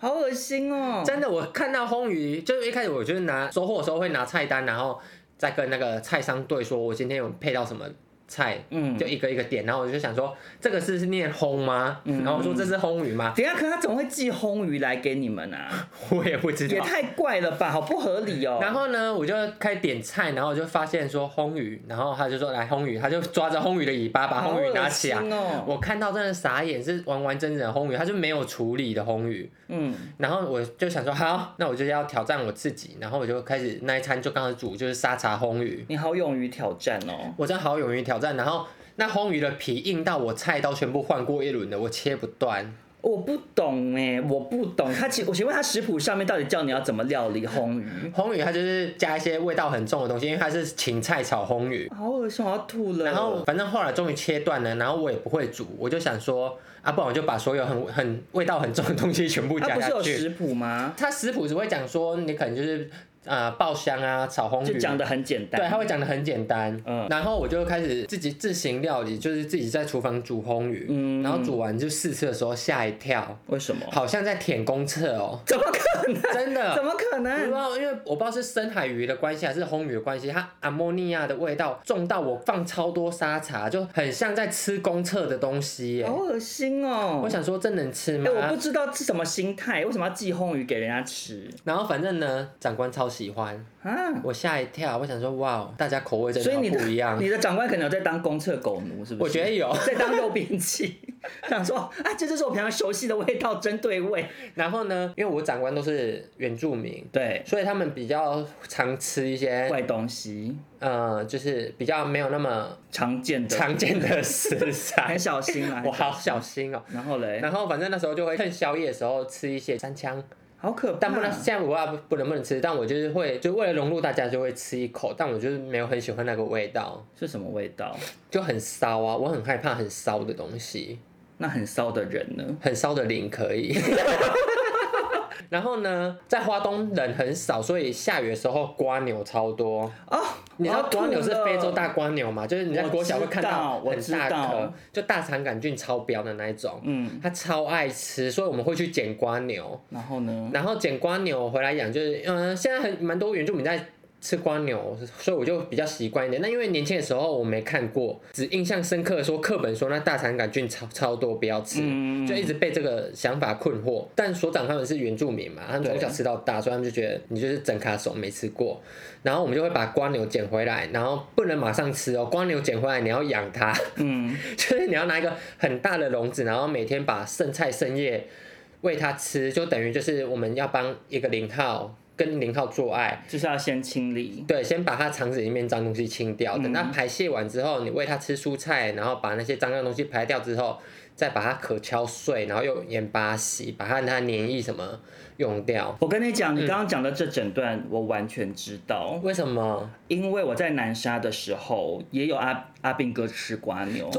Speaker 4: 好恶心哦！
Speaker 1: 真的，我看到烘鱼，就是一开始我就是拿收货的时候会拿菜单，然后再跟那个菜商对说，我今天有配到什么菜，
Speaker 4: 嗯
Speaker 1: 就一个一个点，然后我就想说这个是念烘吗？
Speaker 4: 嗯
Speaker 1: 然后我说这是烘鱼吗？
Speaker 4: 等一下，可他总会寄烘鱼来给你
Speaker 1: (laughs)
Speaker 4: 们啊，
Speaker 1: 我也不知
Speaker 4: 也
Speaker 1: 道。
Speaker 4: 太怪了吧，好不合理哦。
Speaker 1: (laughs) 然后呢，我就开始点菜，然后我就发现说烘鱼，然后他就说来烘鱼，他就抓着烘鱼的尾巴把
Speaker 4: 好
Speaker 1: 烘鱼拿起来
Speaker 4: 恶，心哦
Speaker 1: 我看到真的傻眼，是完完整整的烘鱼，他就没有处理的烘鱼。
Speaker 4: 嗯，
Speaker 1: 然后我就想说好，那我就要挑战我自己，然后我就开始那一餐就刚好煮就是沙茶烘鱼，
Speaker 4: 你好勇于挑战哦。
Speaker 1: 我真的好勇于挑战，然后。那烘鱼的皮硬到我菜刀全部换过一轮的，我切不断。
Speaker 4: 我不懂哎，我不懂。他请我请问他食谱上面到底教你要怎么料理烘鱼？
Speaker 1: 烘鱼它就是加一些味道很重的东西，因为它是芹菜炒烘鱼。
Speaker 4: 好恶心，我要吐了。
Speaker 1: 然后反正后来终于切断了，然后我也不会煮，我就想说啊，不然我就把所有很很味道很重的东西全部
Speaker 4: 他
Speaker 1: 加
Speaker 4: 不是
Speaker 1: 下
Speaker 4: 有食
Speaker 1: 去。
Speaker 4: 谱吗？
Speaker 1: 他食谱只会讲说你可能就是啊爆香啊炒烘
Speaker 4: 就
Speaker 1: 鱼，
Speaker 4: 讲的很简单。
Speaker 1: 对，他会讲的很简单。
Speaker 4: 嗯
Speaker 1: 然后我就开始自己自行料理，就是自己在厨房煮烘鱼，
Speaker 4: 嗯
Speaker 1: 然后煮完就试吃的时候吓一跳，
Speaker 4: 为什么？，
Speaker 1: 好像在舔公厕哦
Speaker 4: (laughs) 怎么可能？
Speaker 1: 真的，
Speaker 4: 怎么可
Speaker 1: 我不知
Speaker 4: 能？
Speaker 1: 道，因为我不知道是深海鱼的关系还是红鱼的关系，它阿莫尼亚的味道重到我放超多沙茶，就很像在吃公厕的东西耶。
Speaker 4: 好恶心哦！
Speaker 1: 我想说这能吃
Speaker 4: 哎、
Speaker 1: 吗？
Speaker 4: 我不知道是什么心态，为什么要寄烘鱼给人家吃
Speaker 1: 然后反正呢，长官超喜欢，
Speaker 4: 啊？
Speaker 1: 我吓一跳，我想说哇，哦大家口味真
Speaker 4: 所以你
Speaker 1: 的
Speaker 4: 的
Speaker 1: 好不一样
Speaker 4: 你。的长官可能有在当公厕狗奴，是不是？
Speaker 1: 我觉得有 (laughs)
Speaker 4: 在当肉兵器，想说啊，这就是我平常熟悉的味道，真对味。
Speaker 1: 然后呢，因为我长官都是原住民，
Speaker 4: 对，
Speaker 1: 所以他们比较常吃一些
Speaker 4: 怪东西
Speaker 1: 呃，就是比较没有那么
Speaker 4: 常见的，
Speaker 1: 常见的食
Speaker 4: (laughs)
Speaker 1: 材
Speaker 4: 很。小心啊。
Speaker 1: 我好小心哦、
Speaker 4: 然后嘞，
Speaker 1: 然后反正那时候就会趁宵夜的时候吃一些三枪，
Speaker 4: 好可怕。
Speaker 1: 但不能现在我不知道不能不能吃，但我就是会就为了融入大家就会吃一口，但我就是没有很喜欢那个味道，
Speaker 4: 是什么味道？
Speaker 1: 就很骚啊，我很害怕很骚的东西，
Speaker 4: 那很骚的人呢？
Speaker 1: 很骚的零可以。 (laughs) 然后呢，在花东人很少，所以下雨的时候瓜牛超多。
Speaker 4: 哦，
Speaker 1: 你知
Speaker 4: 我
Speaker 1: 道
Speaker 4: 要
Speaker 1: 瓜牛
Speaker 4: 吐
Speaker 1: 是
Speaker 4: 了
Speaker 1: 非洲大瓜牛嘛？就是你在国小会看到
Speaker 4: 我
Speaker 1: 很
Speaker 4: 知道
Speaker 1: 大
Speaker 4: 我知
Speaker 1: 颗
Speaker 4: 道，
Speaker 1: 就大肠杆菌超标的那一种。
Speaker 4: 嗯，
Speaker 1: 它超爱吃，所以我们会去捡瓜牛。
Speaker 4: 然后呢？
Speaker 1: 然后捡瓜牛回来养，就是嗯，现在很蛮多原住民在吃瓜牛，所以我就比较习惯一点。那因为年轻的时候我没看过，只印象深刻的说课本说那大肠杆菌超超多，不要吃，
Speaker 4: 嗯
Speaker 1: 就一直被这个想法困惑。但所长他们是原住民嘛，他们从小
Speaker 4: 对
Speaker 1: 吃到大，所以他们就觉得你就是整卡手没吃过。然后我们就会把瓜牛捡回来，然后不能马上吃哦，瓜牛捡回来你要养它。
Speaker 4: 嗯，
Speaker 1: 就是你要拿一个很大的笼子，然后每天把剩菜剩叶喂它吃，就等于就是我们要帮一个零号跟零号做爱。
Speaker 4: 就是要先清理。
Speaker 1: 对，先把它肠子里面脏东西清掉，
Speaker 4: 嗯
Speaker 1: 等它排泄完之后，你喂它吃蔬菜，然后把那些脏脏东西排掉之后，再把它壳敲碎，然后用盐巴洗，把它它黏液什么用掉。
Speaker 4: 我跟你讲，你刚刚讲的这整段，我完全知道，
Speaker 1: 为什么？ (laughs)
Speaker 4: 因为我在南沙的时候也有阿阿斌哥吃瓜牛，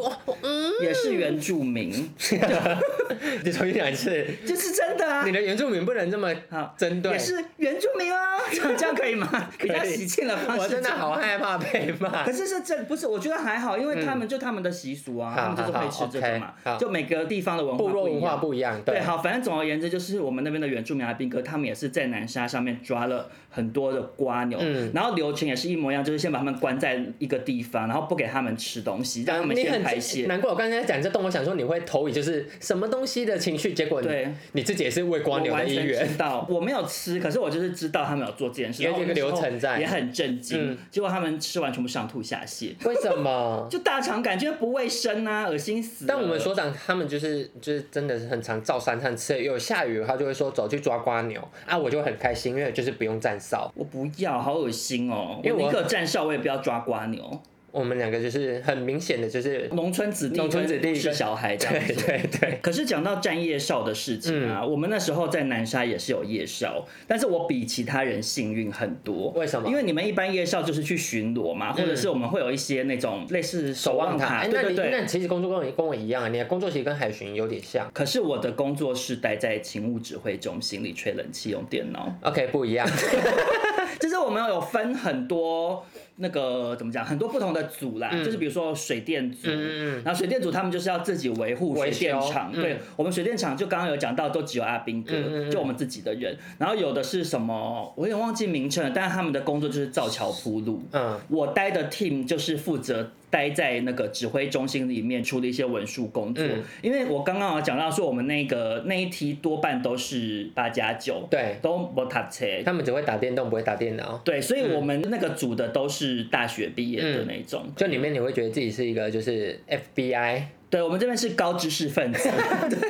Speaker 4: 也是原住民，
Speaker 1: 你重新讲一次，
Speaker 4: 就是真的啊
Speaker 1: 你。的原住民不能这么
Speaker 4: 好
Speaker 1: 针对
Speaker 4: 也。是原住民哦，这 (laughs) 样这样可以吗？比较喜庆的方式。
Speaker 1: 我真的好。害怕被骂
Speaker 4: 可。是是真不是，我觉得还好，因为他们就他们的习俗啊，
Speaker 1: 嗯好
Speaker 4: 他们就是会吃这个嘛
Speaker 1: 好好，好
Speaker 4: 就每个地方的文化
Speaker 1: 部落文化
Speaker 4: 不
Speaker 1: 不一
Speaker 4: 一样。
Speaker 1: 样，
Speaker 4: 对，好，反正总而言之，就是我们那边的原住民阿兵哥，他们也是在南沙上面抓了很多的瓜牛，
Speaker 1: 嗯
Speaker 4: 然后流程也是一模一样，就是先把他们关在一个地方，然后不给他们吃东西，让他们
Speaker 1: 你
Speaker 4: 先
Speaker 1: 很
Speaker 4: 排泄。
Speaker 1: 难怪我刚才讲这段，我想说你会投以就是什么东西的情绪，结果你
Speaker 4: 对
Speaker 1: 你自己也是喂瓜
Speaker 4: 我
Speaker 1: 牛的
Speaker 4: 完
Speaker 1: 一
Speaker 4: 全
Speaker 1: 员
Speaker 4: 知。道，我没有吃，可是我就是知道他们有做这件事，
Speaker 1: 有一个
Speaker 4: 然后我那时候
Speaker 1: 流程在
Speaker 4: 也很震惊。
Speaker 1: 嗯
Speaker 4: 结果他们吃完全部上吐下泻，
Speaker 1: 为什么？
Speaker 4: 就大肠杆菌不卫生啊，恶心死了。
Speaker 1: 但我们所长他们就是就是真的是很常照三餐吃，有下雨他就会说走去抓瓜牛啊，我就很开心，因为就是不用站哨。
Speaker 4: 我不要，好恶心哦！
Speaker 1: 因为
Speaker 4: 我
Speaker 1: 我
Speaker 4: 宁可站哨，我也不要抓瓜牛。
Speaker 1: 我们两个就是很明显的就是
Speaker 4: 农村子弟，
Speaker 1: 农村子弟
Speaker 4: 是
Speaker 1: 跟
Speaker 4: 小孩这样
Speaker 1: 对
Speaker 4: 子。
Speaker 1: 对嗯对，
Speaker 4: 可是讲到站夜校的事情啊，我们那时候在南沙也是有夜校，但是我比其他人幸运很多。
Speaker 1: 为什么嗯
Speaker 4: 因为你们一般夜校就是去巡逻嘛，或者是我们会有一些那种类似守望塔，
Speaker 1: 哎
Speaker 4: 对
Speaker 1: 那
Speaker 4: 对
Speaker 1: 你
Speaker 4: 对。
Speaker 1: 那你其实工作跟我跟我一样啊，你的工作其实跟海巡有点像。
Speaker 4: 可是我的工作是待在勤务指挥中心里吹冷气用电脑，
Speaker 1: OK，不一样。
Speaker 4: 就是我们有分很多那个怎么讲，很多不同的组啦，就是比如说水电组，
Speaker 1: 嗯嗯嗯
Speaker 4: 然后水电组他们就是要自己维护水
Speaker 1: 维修
Speaker 4: 电厂，
Speaker 1: 嗯
Speaker 4: 对我们水电厂就刚刚有讲到，都只有阿兵哥，
Speaker 1: 嗯嗯嗯
Speaker 4: 就我们自己的人，然后有的是什么，我有点忘记名称了，但是他们的工作就是造桥铺路，
Speaker 1: 嗯，
Speaker 4: 我待的 team 就是负责待在那个指挥中心里面处理一些文书工作。
Speaker 1: 嗯
Speaker 4: 因为我刚刚有讲到说，我们那个那一梯多半都是八加九，
Speaker 1: 对
Speaker 4: 都不读册。
Speaker 1: 他们只会打电动，不会打电脑。
Speaker 4: 对，所以我们那个组的都是大学毕业的那种。
Speaker 1: 就里面你会觉得自己是一个就是 FBI，
Speaker 4: 对，我们这边是高知识分
Speaker 1: (laughs)
Speaker 4: 子，对，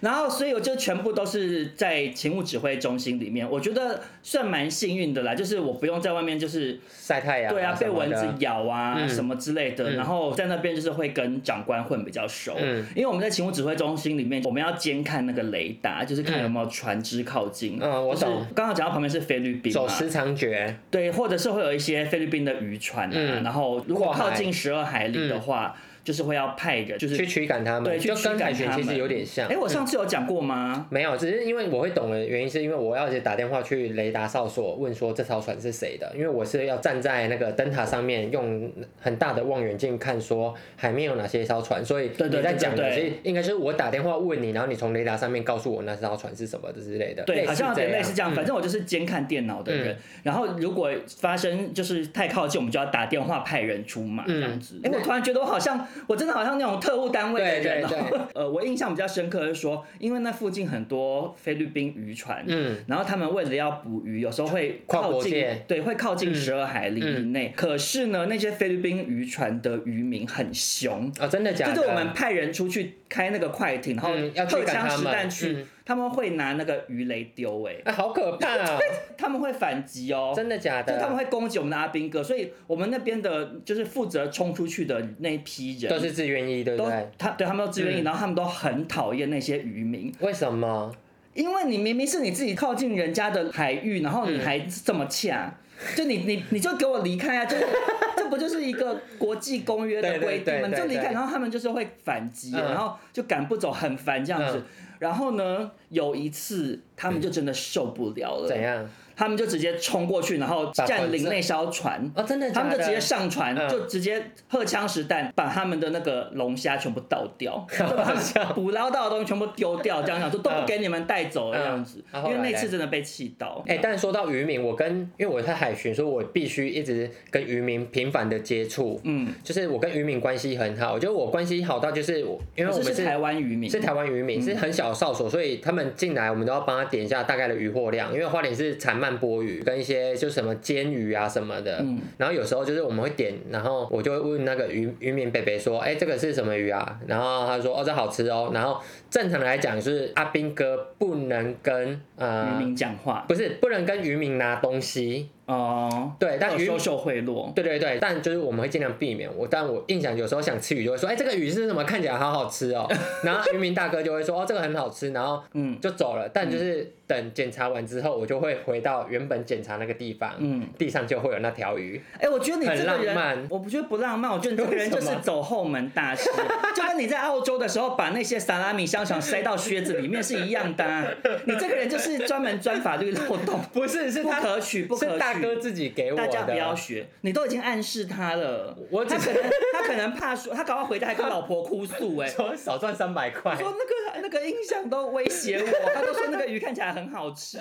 Speaker 4: 然后所以我就全部都是在勤务指挥中心里面，我觉得算蛮幸运的啦，就是我不用在外面就是
Speaker 1: 晒太阳、
Speaker 4: 对啊，被
Speaker 1: 什么
Speaker 4: 蚊
Speaker 1: 的
Speaker 4: 子咬啊、
Speaker 1: 嗯
Speaker 4: 什么之类的，然后在那边就是会跟长官混比较熟，
Speaker 1: 嗯
Speaker 4: 因为我们在勤务指挥中心里面，我们要监看那个雷达，就是看有没有船只靠近。
Speaker 1: 嗯我
Speaker 4: 就是
Speaker 1: 懂
Speaker 4: 刚刚讲到旁边是菲律宾嘛，
Speaker 1: 走私猖獗，
Speaker 4: 对，或者是会有一些菲律宾的渔船啊，
Speaker 1: 嗯
Speaker 4: 然后如果
Speaker 1: 跨海嗯
Speaker 4: 靠近十二海里的话，就是会要派人，就是
Speaker 1: 去驱赶他们，
Speaker 4: 对，去
Speaker 1: 就
Speaker 4: 驱
Speaker 1: 跟凯
Speaker 4: 赶
Speaker 1: 旋
Speaker 4: 他
Speaker 1: 其实
Speaker 4: 们。
Speaker 1: 有点像。
Speaker 4: 哎、我上次有讲过吗？
Speaker 1: 没有，只是因为我会懂的原因，是因为我要去打电话去雷达哨所问说这艘船是谁的，因为我是要站在那个灯塔上面用很大的望远镜看说海面有哪些艘船，所以
Speaker 4: 对对
Speaker 1: 你在
Speaker 4: 对
Speaker 1: 讲的
Speaker 4: 对
Speaker 1: 是
Speaker 4: 对
Speaker 1: 应该是我打电话问你，然后你从雷达上面告诉我那艘船是什么之类的，
Speaker 4: 对，好像有点类似这样。
Speaker 1: 嗯
Speaker 4: 反正我就是监看电脑的人，然后如果发生就是太靠近，我们就要打电话派人出马这样子。哎、
Speaker 1: 那
Speaker 4: 我突然觉得我好像，我真的好像那种特务单位的人、哦。
Speaker 1: 对对对
Speaker 4: (laughs) 呃，我印象比较深刻的是说，因为那附近很多菲律宾渔船，
Speaker 1: 嗯，
Speaker 4: 然后他们为了要捕鱼，有时候会
Speaker 1: 跨
Speaker 4: 靠
Speaker 1: 国
Speaker 4: 近
Speaker 1: 界，
Speaker 4: 对，会靠近
Speaker 1: 嗯
Speaker 4: 十二海里以内。可是呢，那些菲律宾渔船的渔民很凶，
Speaker 1: 哦，真的假的？
Speaker 4: 就是我们派人出去开那个快艇，然后
Speaker 1: 嗯要
Speaker 4: 荷
Speaker 1: 驱赶
Speaker 4: 枪
Speaker 1: 他
Speaker 4: 实
Speaker 1: 们
Speaker 4: 弹去，
Speaker 1: 嗯
Speaker 4: 他们会拿那个鱼雷丢、欸，
Speaker 1: 啊，好可怕啊！
Speaker 4: 他们会反击哦，
Speaker 1: 真的假的？
Speaker 4: 就他们会攻击我们的阿兵哥，所以我们那边的就是负责冲出去的那一批人
Speaker 1: 都是自愿意，对不
Speaker 4: 都
Speaker 1: 对？
Speaker 4: 他对他们都自愿意，
Speaker 1: 嗯
Speaker 4: 然后他们都很讨厌那些渔民，
Speaker 1: 为什么？
Speaker 4: 因为你明明是你自己靠近人家的海域，然后
Speaker 1: 嗯
Speaker 4: 你还这么呛，就你你你就给我离开啊！就是 (laughs) 这不就是一个国际公约的规定
Speaker 1: 对对
Speaker 4: 吗？
Speaker 1: 对
Speaker 4: 你就离
Speaker 1: 对
Speaker 4: 开，
Speaker 1: 对
Speaker 4: 然后他们就是会反击，啊
Speaker 1: 嗯
Speaker 4: 然后就赶不走，很烦这样子
Speaker 1: 嗯。
Speaker 4: 然后呢，有一次他们就真的受不了
Speaker 1: 嗯怎
Speaker 4: 了，
Speaker 1: 样？
Speaker 4: 他们就直接冲过去，然后
Speaker 1: 把
Speaker 4: 占领
Speaker 1: 船
Speaker 4: 那艘船。
Speaker 1: 哦，真的假
Speaker 4: 他
Speaker 1: 的？
Speaker 4: 们就直接上船，
Speaker 1: 嗯
Speaker 4: 就直接荷枪实弹，把他们的那个龙虾全部倒 (laughs) 掉，就把他们捕捞到的东西全部丢掉，这样讲说都不给你们带走
Speaker 1: 嗯
Speaker 4: 的样子。
Speaker 1: 啊
Speaker 4: 因为
Speaker 1: 后来
Speaker 4: 那
Speaker 1: 嘞
Speaker 4: 次真的被气到。
Speaker 1: 哎、但说到渔民，我跟因为我在海巡，所以我必须一直跟渔民频繁的接触。
Speaker 4: 嗯，
Speaker 1: 就是我跟渔民关系很好，我觉得我关系好到就是我，因为我
Speaker 4: 可
Speaker 1: 们
Speaker 4: 是
Speaker 1: 是
Speaker 4: 是台湾渔民，
Speaker 1: 是台湾渔民，是很小的哨所，所以他们进来我们都要帮他点一下大概的渔获量，因为花莲是产慢波鱼跟一些就什么煎鱼啊什么的。
Speaker 4: 嗯
Speaker 1: 然后有时候就是我们会点，然后我就会问那个渔渔民伯伯说：“哎、这个是什么鱼啊？”然后他就说：“哦，这好吃哦。”然后正常的来讲，就是阿兵哥不能跟
Speaker 4: 渔
Speaker 1: 呃
Speaker 4: 民讲话
Speaker 1: 不是不能跟渔民拿东西，
Speaker 4: 哦，
Speaker 1: 对，但
Speaker 4: 有
Speaker 1: 渔
Speaker 4: 收受贿赂。
Speaker 1: 对对对，但就是我们会尽量避免。我但我印象有时候想吃鱼，就会说，哎、这个鱼是什么？看起来好好吃哦。 (laughs) 然后渔民大哥就会说，哦，这个很好吃，然后
Speaker 4: 嗯
Speaker 1: 就走了。但就是等检查完之后，我就会回到原本检查那个地方，
Speaker 4: 嗯，
Speaker 1: 地上就会有那条鱼。
Speaker 4: 哎，我觉得你这个
Speaker 1: 很浪漫
Speaker 4: 人，我不觉得不浪漫，我觉得你这个人
Speaker 1: 为
Speaker 4: 就
Speaker 1: 什
Speaker 4: 是
Speaker 1: 么
Speaker 4: 走后门大 (laughs) 师，就跟你在澳洲的时候把那些萨拉米香肠塞到靴子里面是一样的啊。你这个人就是专门钻法律漏洞，
Speaker 1: 不是，是
Speaker 4: 不
Speaker 1: 他
Speaker 4: 可取，不可取。
Speaker 1: 是大哥自己给我的。
Speaker 4: 大家不要学，你都已经暗示他了，
Speaker 1: 我只
Speaker 4: 他
Speaker 1: 是
Speaker 4: 可能他可能怕说，他搞到回家还跟老婆哭诉、
Speaker 1: (laughs) (laughs)
Speaker 4: 哎，
Speaker 1: 说少赚三百块。
Speaker 4: 说那个那个音响都威胁我，他都说那个鱼看起来很好
Speaker 1: (laughs)
Speaker 4: 吃，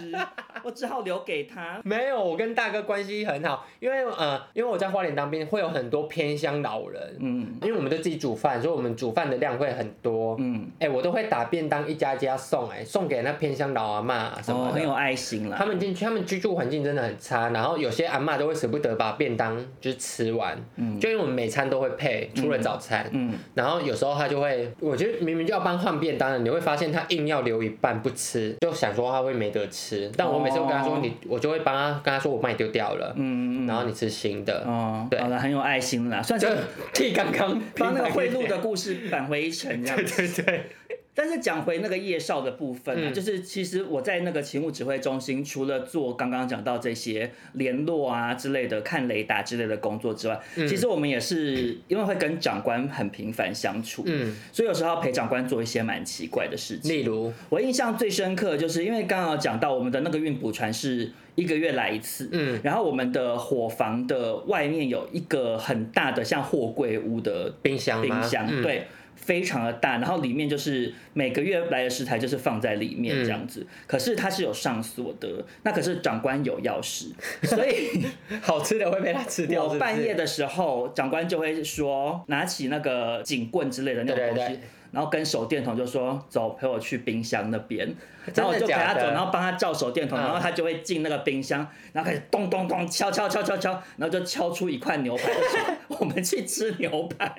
Speaker 4: 我只好留给他。
Speaker 1: 没有，我跟大哥关系很好，因为呃，因为我在花莲当兵，会有很多偏乡老人，
Speaker 4: 嗯
Speaker 1: 因为我们都自己煮饭，所以我们煮饭的量会很多。
Speaker 4: 嗯，
Speaker 1: 哎、我都会打便当一家一家送、哎，送给那偏乡老阿妈什么
Speaker 4: 哦，很
Speaker 1: 的。
Speaker 4: 有爱心
Speaker 1: 他
Speaker 4: 啦。
Speaker 1: 们进去，他们居住环境真的很差，然后有些阿嬷都会舍不得把便当就是吃完，就因为我们每餐都会配，除了早餐，
Speaker 4: 嗯，
Speaker 1: 然后有时候他就会，我觉得明明就要帮换便当了，你会发现他硬要留一半不吃，就想说他会没得吃，但我每次都跟他说
Speaker 4: 哦
Speaker 1: 你，我就会帮他跟他说我帮你丢掉了，
Speaker 4: 嗯
Speaker 1: 然后你吃新的， (laughs)
Speaker 4: 哦，
Speaker 1: 对
Speaker 4: 好了，很有爱心啦，算
Speaker 1: 就是替刚刚
Speaker 4: 帮那个贿赂的故事返回一城这样子。
Speaker 1: 对对对，
Speaker 4: 但是讲回那个夜少的部分、
Speaker 1: 嗯
Speaker 4: 啊，就是其实我在那个勤务指挥中心，除了做刚刚讲到这些联络啊之类的、看雷达之类的工作之外，
Speaker 1: 嗯
Speaker 4: 其实我们也是因为会跟长官很频繁相处，
Speaker 1: 嗯，
Speaker 4: 所以有时候要陪长官做一些蛮奇怪的事情。
Speaker 1: 例如，
Speaker 4: 我印象最深刻，就是因为刚刚有讲到我们的那个运补船是一个月来一次，
Speaker 1: 嗯，
Speaker 4: 然后我们的伙房的外面有一个很大的像货柜屋的
Speaker 1: 冰箱吗
Speaker 4: 冰箱，
Speaker 1: 嗯
Speaker 4: 对。非常的大，然后里面就是每个月来的食材就是放在里面这
Speaker 1: 嗯
Speaker 4: 样子。可是它是有上锁的，那可是长官有钥匙，所以
Speaker 1: (laughs) 好吃的会被他吃掉是不
Speaker 4: 我
Speaker 1: 是，
Speaker 4: 半夜的时候，长官就会说拿起那个警棍之类的那种
Speaker 1: 对对
Speaker 4: 东西，
Speaker 1: 对
Speaker 4: 然后跟手电筒就说走，陪我去冰箱那边。然后我就陪
Speaker 1: 假
Speaker 4: 他
Speaker 1: 的
Speaker 4: 走，然后帮他照手电
Speaker 1: 嗯
Speaker 4: 筒，然后他就会进那个冰箱，然后开始咚咚咚敲敲敲敲敲，然后就敲出一块牛排，就说 (laughs) 我们去吃牛排，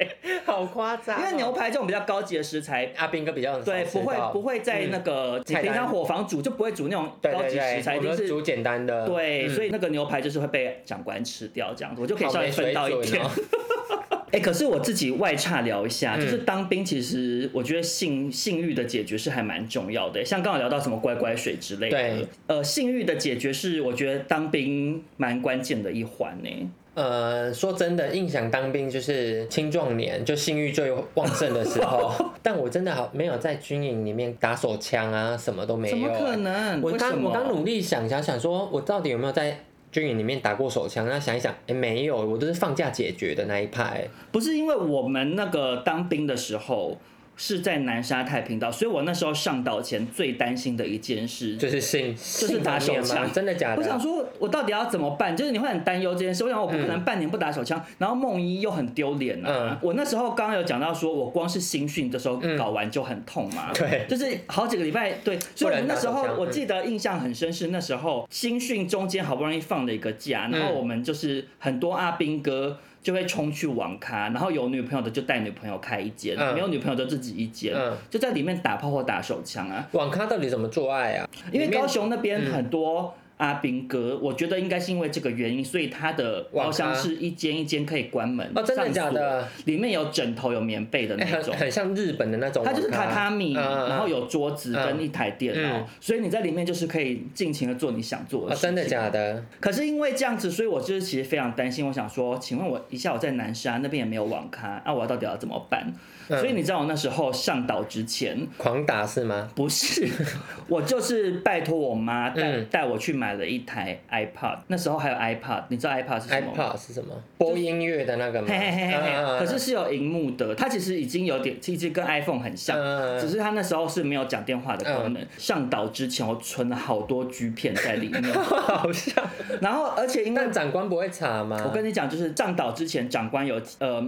Speaker 1: 好夸张哦，
Speaker 4: 因为牛排这种比较高级的食材。
Speaker 1: 阿斌哥比较很少
Speaker 4: 对，不
Speaker 1: 吃
Speaker 4: 会
Speaker 1: 到
Speaker 4: 不会在
Speaker 1: 嗯
Speaker 4: 那个你
Speaker 1: 菜单
Speaker 4: 平常火房煮就不会煮那种
Speaker 1: 对
Speaker 4: 高
Speaker 1: 对
Speaker 4: 级
Speaker 1: 对，
Speaker 4: 食材，
Speaker 1: 我
Speaker 4: 一
Speaker 1: 们
Speaker 4: 定
Speaker 1: 都
Speaker 4: 是
Speaker 1: 煮简单的，
Speaker 4: 对，
Speaker 1: 嗯
Speaker 4: 所以那个牛排就是会被长官吃掉这样子，我就可以
Speaker 1: 好
Speaker 4: 稍微
Speaker 1: 没水
Speaker 4: 分到一
Speaker 1: 准
Speaker 4: 点 (laughs)
Speaker 1: 哦。嗯
Speaker 4: 哎、可是我自己外差聊一下，就是当兵，其实我觉得性性欲的解决是还蛮重要的。像刚刚有聊到什么乖乖水之类的
Speaker 1: 对，
Speaker 4: 呃，性欲的解决是我觉得当兵蛮关键的一环呢。
Speaker 1: 呃，说真的，印象当兵就是青壮年，就性欲最旺盛的时
Speaker 4: (laughs)
Speaker 1: 候。但我真的好没有在军营里面打手枪啊，什么都没有、啊
Speaker 4: 怎么可能？
Speaker 1: 我
Speaker 4: 为什
Speaker 1: 刚
Speaker 4: 么
Speaker 1: 我刚努力想想想说，我到底有没有在军营里面打过手枪？那想一想，哎、没有，我都是放假解决的那一派。
Speaker 4: 不是因为我们那个当兵的时候是在南沙太平岛，所以我那时候上岛前最担心的一件事
Speaker 1: 就是性，就是
Speaker 4: 打手枪
Speaker 1: 真的啊假的？
Speaker 4: 我想说，我到底要怎么办？就是你会很担忧这件事。我想，我不可能半年不打手枪，然后梦一又很丢脸啊。
Speaker 1: 嗯
Speaker 4: 我那时候刚刚有讲到说，我光是新训的时候搞完就很痛
Speaker 1: (laughs)
Speaker 4: 嘛，
Speaker 1: 对
Speaker 4: 就是好几个礼拜，对。所以我们那时候
Speaker 1: 不能打手枪嗯
Speaker 4: 我记得印象很深是那时候新训中间好不容易放了一个假，
Speaker 1: 嗯
Speaker 4: 然后我们就是很多阿兵哥。就会冲去网咖，然后有女朋友的就带女朋友开一间，
Speaker 1: 嗯
Speaker 4: 没有女朋友就自己一间，
Speaker 1: 嗯
Speaker 4: 就在里面打炮或打手枪啊。
Speaker 1: 网咖到底怎么做爱啊？
Speaker 4: 因为
Speaker 1: 里面嗯
Speaker 4: 高雄那边很多阿兵哥，我觉得应该是因为这个原因，所以他的包厢是一间一间可以关门
Speaker 1: 哦真的假的？
Speaker 4: 上锁里面有枕头、有棉被的
Speaker 1: 哎、
Speaker 4: 那种
Speaker 1: 很。很像日本的那种
Speaker 4: 它
Speaker 1: 网
Speaker 4: 就
Speaker 1: 咖，
Speaker 4: 是榻榻米，
Speaker 1: 嗯嗯嗯
Speaker 4: 然后有桌子跟一台电脑，
Speaker 1: 嗯
Speaker 4: 所以你在里面就是可以尽情的做你想做
Speaker 1: 哦
Speaker 4: 的事
Speaker 1: 真
Speaker 4: 情。
Speaker 1: 的假的？
Speaker 4: 可是因为这样子，所以我就是其实非常担心。我想说，请问我一下我在南沙那边也没有网咖，啊，我到底要怎么办？
Speaker 1: 嗯
Speaker 4: 所以你知道我那时候上岛之前，
Speaker 1: 狂打是吗？
Speaker 4: 不是， (laughs) 我就是拜托我妈带
Speaker 1: 嗯
Speaker 4: 带我去买了一台 iPod，那时候还有 iPod，你知道 iPod 是什么吗？
Speaker 1: iPod 是什么？播音乐的那个吗？
Speaker 4: 嘿嘿嘿
Speaker 1: 嗯
Speaker 4: 嘿
Speaker 1: 嗯
Speaker 4: 嘿，
Speaker 1: 嗯
Speaker 4: 可是是有荧幕的，它其实已经有点，其实跟 iPhone 很
Speaker 1: 嗯
Speaker 4: 像，
Speaker 1: 嗯嗯
Speaker 4: 只是它那时候是没有讲电话的功能。上岛之前，我存了好多 G 片在里
Speaker 1: (laughs)
Speaker 4: 面，
Speaker 1: 好像，
Speaker 4: 然后而且因为
Speaker 1: 但长官不会查吗？
Speaker 4: 我跟你讲，就是上岛之前，长官有呃，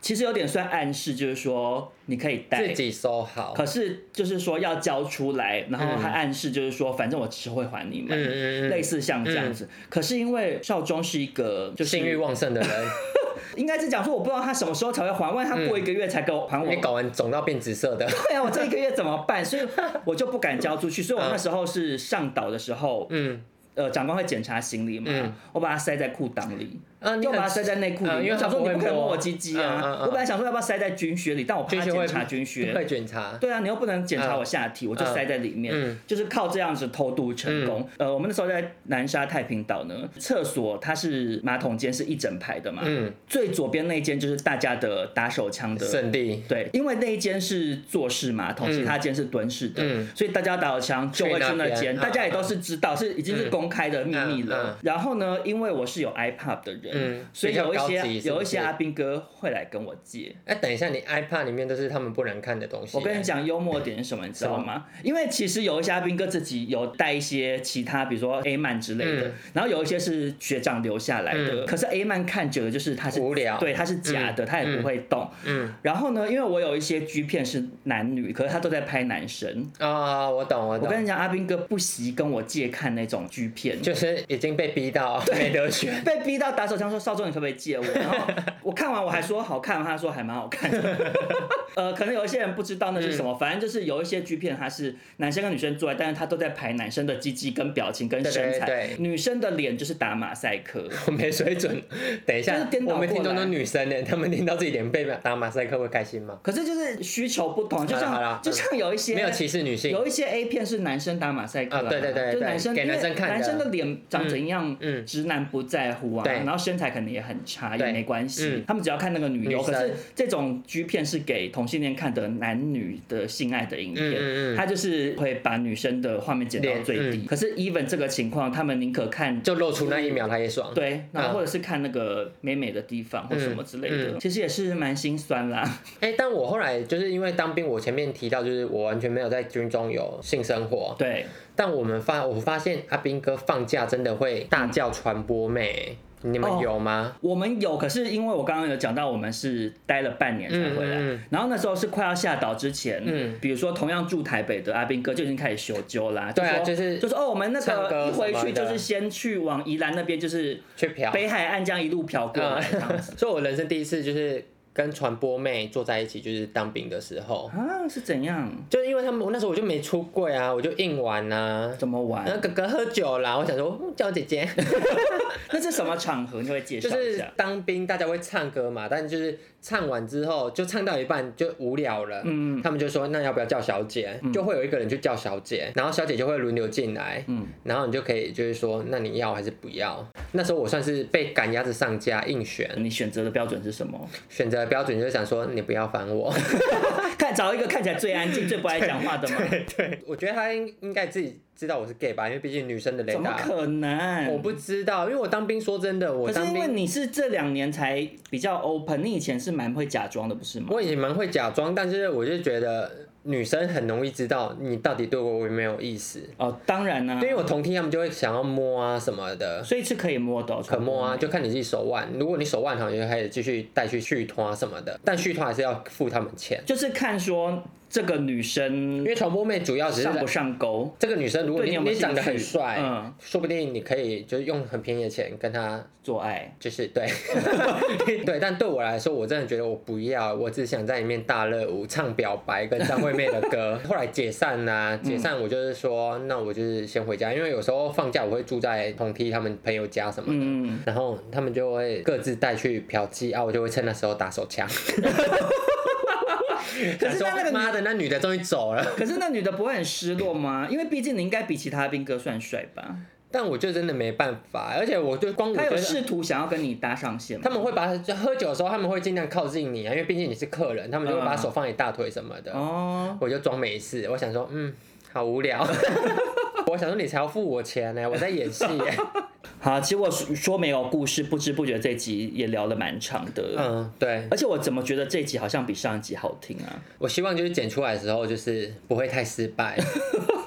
Speaker 4: 其实有点算暗示，就是说你可以带
Speaker 1: 自己收好。
Speaker 4: 可是就是说要交出来，然后他暗示就是说，反正我迟会还你们，
Speaker 1: 嗯嗯嗯
Speaker 4: 类似像这样子。可是因为少中是一个就是
Speaker 1: 性欲，旺盛的
Speaker 4: (laughs)
Speaker 1: 人，
Speaker 4: 应该是讲说我不知道他什么时候才会还，万一他过一个月才给我还我。
Speaker 1: 你搞完肿到变紫色的，
Speaker 4: 对啊，我这一个月怎么
Speaker 1: (laughs)
Speaker 4: 办？所以我就不敢交出去。所以我那时候是上岛的时候，
Speaker 1: 嗯
Speaker 4: 呃，长官会检查行李嘛，
Speaker 1: 嗯
Speaker 4: 我把它塞在裤裆里，
Speaker 1: 啊，你
Speaker 4: 又
Speaker 1: 很
Speaker 4: 把它塞在内裤里，
Speaker 1: 啊因为
Speaker 4: 我
Speaker 1: 他
Speaker 4: 想说
Speaker 1: 不会
Speaker 4: 你不可能摸
Speaker 1: 摸
Speaker 4: 我鸡鸡啊！
Speaker 1: 嗯嗯嗯
Speaker 4: 我本来想说要不要塞在军靴里，但我怕
Speaker 1: 军
Speaker 4: 他
Speaker 1: 靴
Speaker 4: 检
Speaker 1: 会
Speaker 4: 查军靴，
Speaker 1: 会检查，
Speaker 4: 对啊，你又不能检查我下体，我就塞在里面，
Speaker 1: 嗯
Speaker 4: 就是靠这样子偷渡成功。呃，我们那时候在南沙太平岛呢，厕所它是马桶间是一整排的嘛，
Speaker 1: 嗯，
Speaker 4: 最左边那一间就是大家的打手枪的
Speaker 1: 圣地
Speaker 4: 对，因为那一间是坐式马桶，其他间是蹲式的，
Speaker 1: 嗯
Speaker 4: 所以大家打手枪就会去那
Speaker 1: 去那
Speaker 4: 间，
Speaker 1: 边嗯
Speaker 4: 大家也都是知道，是已经是公开的秘密
Speaker 1: 嗯嗯
Speaker 4: 了
Speaker 1: 嗯。
Speaker 4: 然后呢，因为我是有 iPad 的人，
Speaker 1: 嗯
Speaker 4: 所以有一
Speaker 1: 比较高级
Speaker 4: 些
Speaker 1: 是不是
Speaker 4: 有一些阿兵哥会来跟我借。
Speaker 1: 哎，等一下，你 iPad 里面都是他们不能看的东西。啊
Speaker 4: 我跟你，讲，幽默点是什么，你知道吗？因为其实有一些阿兵哥自己有带一些其他，比如说 A 漫之类的，
Speaker 1: 嗯
Speaker 4: 然后有一些是学长留下来的。
Speaker 1: 嗯
Speaker 4: 可是 A 漫看久了就是他是
Speaker 1: 无聊
Speaker 4: 对，他是假的，他也不会动。
Speaker 1: 嗯
Speaker 4: 然后呢，因为我有一些 G 片是男女，可是他都在拍男生。
Speaker 1: 啊，我懂我
Speaker 4: 我跟
Speaker 1: 懂，
Speaker 4: 你讲，阿兵哥不惜跟我借看那种 G 片，
Speaker 1: 就是已经被逼到没得选。
Speaker 4: (laughs) 被逼到打手枪说：“少壮，你可不可以借我？”然后我看完我还说好看，他说还蛮好看的。 (laughs) 呃，可能有一些人不知道那是
Speaker 1: 嗯
Speaker 4: 什么，反正就是有一些 G 片，它是男生跟女生做爱，但是他都在排男生的鸡鸡跟表情跟身材，
Speaker 1: 对对对
Speaker 4: 女生的脸就是打马赛克。
Speaker 1: 我 (laughs) 没水准，等一下
Speaker 4: 就是颠，倒
Speaker 1: 我们听
Speaker 4: 过来
Speaker 1: 众都女生呢，他们听到自己脸被打马赛克会开心吗？
Speaker 4: 可是就是需求不同，就
Speaker 1: 好啦好啦
Speaker 4: 像就像有一些
Speaker 1: 没有歧视女性，
Speaker 4: 有一些 A 片是男生打马赛克、
Speaker 1: 啊对对对
Speaker 4: 就
Speaker 1: 对
Speaker 4: 男生
Speaker 1: 给男生看的
Speaker 4: 因为男生的脸长怎样，
Speaker 1: 嗯嗯
Speaker 4: 直男不在乎啊，
Speaker 1: 对
Speaker 4: 然后身材可能也很差，
Speaker 1: 对
Speaker 4: 也没关系，
Speaker 1: 嗯
Speaker 4: 他们只要看那个女优。
Speaker 1: 女
Speaker 4: 可
Speaker 1: 生
Speaker 4: 是这种 G 片是给同同性恋看的男女的性爱的影片，
Speaker 1: 嗯嗯嗯
Speaker 4: 他就是会把女生的画面剪到
Speaker 1: 脸
Speaker 4: 最低。
Speaker 1: 嗯
Speaker 4: 可是 even 这个情况，他们宁可看
Speaker 1: 就露出那一秒他也爽。，
Speaker 4: 对，
Speaker 1: 嗯
Speaker 4: 然后或者是看那个美美的地方或什么之类的，
Speaker 1: 嗯嗯
Speaker 4: 其实也是蛮心酸啦。 (laughs)
Speaker 1: 哎、但我后来就是因为当兵，我前面提到就是我完全没有在军中有性生活，
Speaker 4: 对，
Speaker 1: 但我们发我发现阿兵哥放假真的会大叫传播妹，你们
Speaker 4: 哦
Speaker 1: 有吗？
Speaker 4: 我们有，可是因为我刚刚有讲到，我们是待了半年才回来，
Speaker 1: 嗯嗯嗯
Speaker 4: 然后那时候是快要下岛之前，
Speaker 1: 嗯
Speaker 4: 比如说同样住台北的阿兵哥就已经开始修揪啦，
Speaker 1: 对啊
Speaker 4: 就
Speaker 1: 就是
Speaker 4: 就说哦，我们那
Speaker 1: 唱歌
Speaker 4: 个一回
Speaker 1: 什么
Speaker 4: 去
Speaker 1: 的啊
Speaker 4: 就是先去往宜兰那边，就是
Speaker 1: 去嫖
Speaker 4: 北海岸这样一路漂过来这样子、
Speaker 1: 所以我人生第一次就是跟传播妹坐在一起，就是当兵的时候，
Speaker 4: 啊，是怎样？
Speaker 1: 就是因为他们我那时候我就没出柜啊，我就硬玩啊。
Speaker 4: 怎么玩？
Speaker 1: 然后哥哥喝酒啦，我想说嗯叫姐姐，
Speaker 4: 那是什么场合？你会介
Speaker 1: 就
Speaker 4: 绍一
Speaker 1: 是
Speaker 4: 下？
Speaker 1: 当兵大家会唱歌嘛，但就是唱完之后就唱到一半就无聊了，
Speaker 4: 嗯
Speaker 1: 他们就说那要不要叫小姐，就会有一个人去叫小姐，然后小姐就会轮流进来，
Speaker 4: 嗯
Speaker 1: 然后你就可以就是说那你要还是不要。那时候我算是被赶鸭子上架硬选，
Speaker 4: 你选择的标准是什么？
Speaker 1: 选择的标准就是想说你不要烦
Speaker 4: (laughs)
Speaker 1: 我。 (laughs)
Speaker 4: 啊看找一个看起来最安静、最不爱讲话的
Speaker 1: (laughs)
Speaker 4: 吗？
Speaker 1: 我觉得他应应该自己知道我是 gay 吧，因为毕竟女生的雷
Speaker 4: 怎么
Speaker 1: 达。
Speaker 4: 可能？
Speaker 1: 我不知道，因为我当兵，说真的，我
Speaker 4: 可是
Speaker 1: 当
Speaker 4: 因为
Speaker 1: 兵，
Speaker 4: 你是这两年才比较 open，你以前是蛮会假装的，不是吗？
Speaker 1: 我以前蛮会假装，但是我就觉得女生很容易知道你到底对我有没有意思，
Speaker 4: 哦，当然啦、
Speaker 1: 因为我同梯他们就会想要摸啊什么的，
Speaker 4: 所以是可以摸的哦、
Speaker 1: 可摸啊，
Speaker 4: 传播
Speaker 1: 就看你自己手腕。如果你手腕好，你就可以继续带去续托啊什么的，但续托还是要付他们钱，
Speaker 4: 就是看说这个女生
Speaker 1: 因为传播妹主要只是
Speaker 4: 上不上钩。
Speaker 1: 这个女生，如果
Speaker 4: 对
Speaker 1: 你
Speaker 4: 你有没有
Speaker 1: 你长得很
Speaker 4: 兴趣
Speaker 1: 帅，
Speaker 4: 嗯
Speaker 1: 说不定你可以就是用很便宜的钱跟她
Speaker 4: 做爱，
Speaker 1: 就是对， (laughs) 对，但对我来说，我真的觉得我不要，我只想在里面大热舞、唱表白跟张惠妹的歌。 (laughs) 后来解散啦、解散
Speaker 4: 嗯
Speaker 1: 我就是说，那我就是先回家，因为有时候放假我会住在同梯他们朋友家什么的，
Speaker 4: 嗯，
Speaker 1: 然后他们就会各自带去嫖妓啊，我就会趁那时候打手
Speaker 4: (laughs)
Speaker 1: 枪。
Speaker 4: 可
Speaker 1: 想
Speaker 4: 是
Speaker 1: 说
Speaker 4: 那那个女
Speaker 1: 妈的，那女的终于走了， (laughs)
Speaker 4: 可是那女的不会很失落吗？因为毕竟你应该比其他兵哥算帅吧？
Speaker 1: 但我就真的没办法，而且我就光我
Speaker 4: 他
Speaker 1: 觉得
Speaker 4: 有试图想要跟你搭上线吗？
Speaker 1: 他们会把就喝酒的时候，他们会尽量靠近你啊，因为毕竟你是客人，他们就会把手放你大腿什么的。
Speaker 4: 哦，
Speaker 1: 我就装没事，我想说，嗯，好无
Speaker 4: (laughs)
Speaker 1: 聊。我想说你才要付我钱呢，我在演戏耶。
Speaker 4: 好，其实我说说没有故事，不知不觉这集也聊了蛮长的。
Speaker 1: 嗯，对，
Speaker 4: 而且我怎么觉得这集好像比上一集好听啊？
Speaker 1: 我希望就是剪出来的时候就是不会太失
Speaker 4: (laughs)
Speaker 1: 败，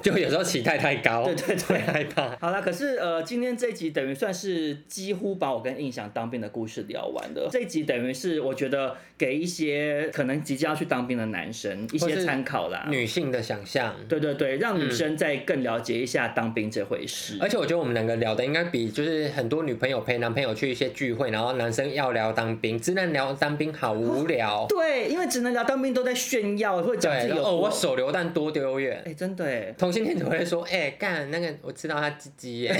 Speaker 1: 就有时候期待太高，
Speaker 4: 对对对
Speaker 1: 会害怕。
Speaker 4: 好啦，可是呃，今天这集等于算是几乎把我跟印象当兵的故事聊完了。这集等于是我觉得给一些可能即将要去当兵的男生一
Speaker 1: 或是
Speaker 4: 些参考啦。
Speaker 1: 女性的想象，
Speaker 4: 对对对，让女生再更了解一下当兵这回事。哎
Speaker 1: 而且我觉得我们两个聊的应该比就是很多女朋友陪男朋友去一些聚会，然后男生要聊当兵，直男聊当兵好无聊。
Speaker 4: 对，因为只能聊当兵都在炫耀，或者讲自
Speaker 1: 对，
Speaker 4: 己有
Speaker 1: 哦，
Speaker 4: 多
Speaker 1: 我手榴弹多丢远。
Speaker 4: 哎、真的哎。
Speaker 1: 同性恋只会说，哎、干那个我吃到他鸡鸡耶。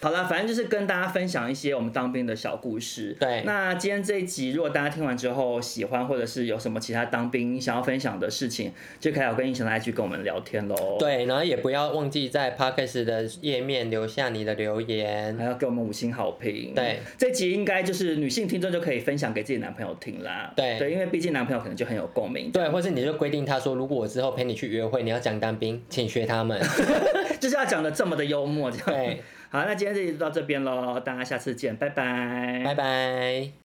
Speaker 4: 好啦，反正就是跟大家分享一些我们当兵的小故事。
Speaker 1: 对
Speaker 4: 那今天这一集，如果大家听完之后喜欢，或者是有什么其他当兵想要分享的事情，就可以来我跟应晨来去跟我们聊天喽。。
Speaker 1: (laughs) 对，然后也不要忘记在 podcast 的页面留下你的留
Speaker 4: 还
Speaker 1: (laughs) 言。
Speaker 4: 要给我们五星好评。
Speaker 1: 对，
Speaker 4: 这集应该就是女性听众就可以分享给自己男朋友听啦。
Speaker 1: 对
Speaker 4: 对，因为毕竟男朋友可能就很有共鸣，
Speaker 1: 对，或是你就规定他说，如果我之后陪你去约会，你要讲当兵，请学他们。
Speaker 4: 就是要讲的这么的
Speaker 1: (laughs)
Speaker 4: 幽默这样。
Speaker 1: 对，
Speaker 4: 好，那今天这集就到这边喽，大家下次见，拜拜，
Speaker 1: 拜拜。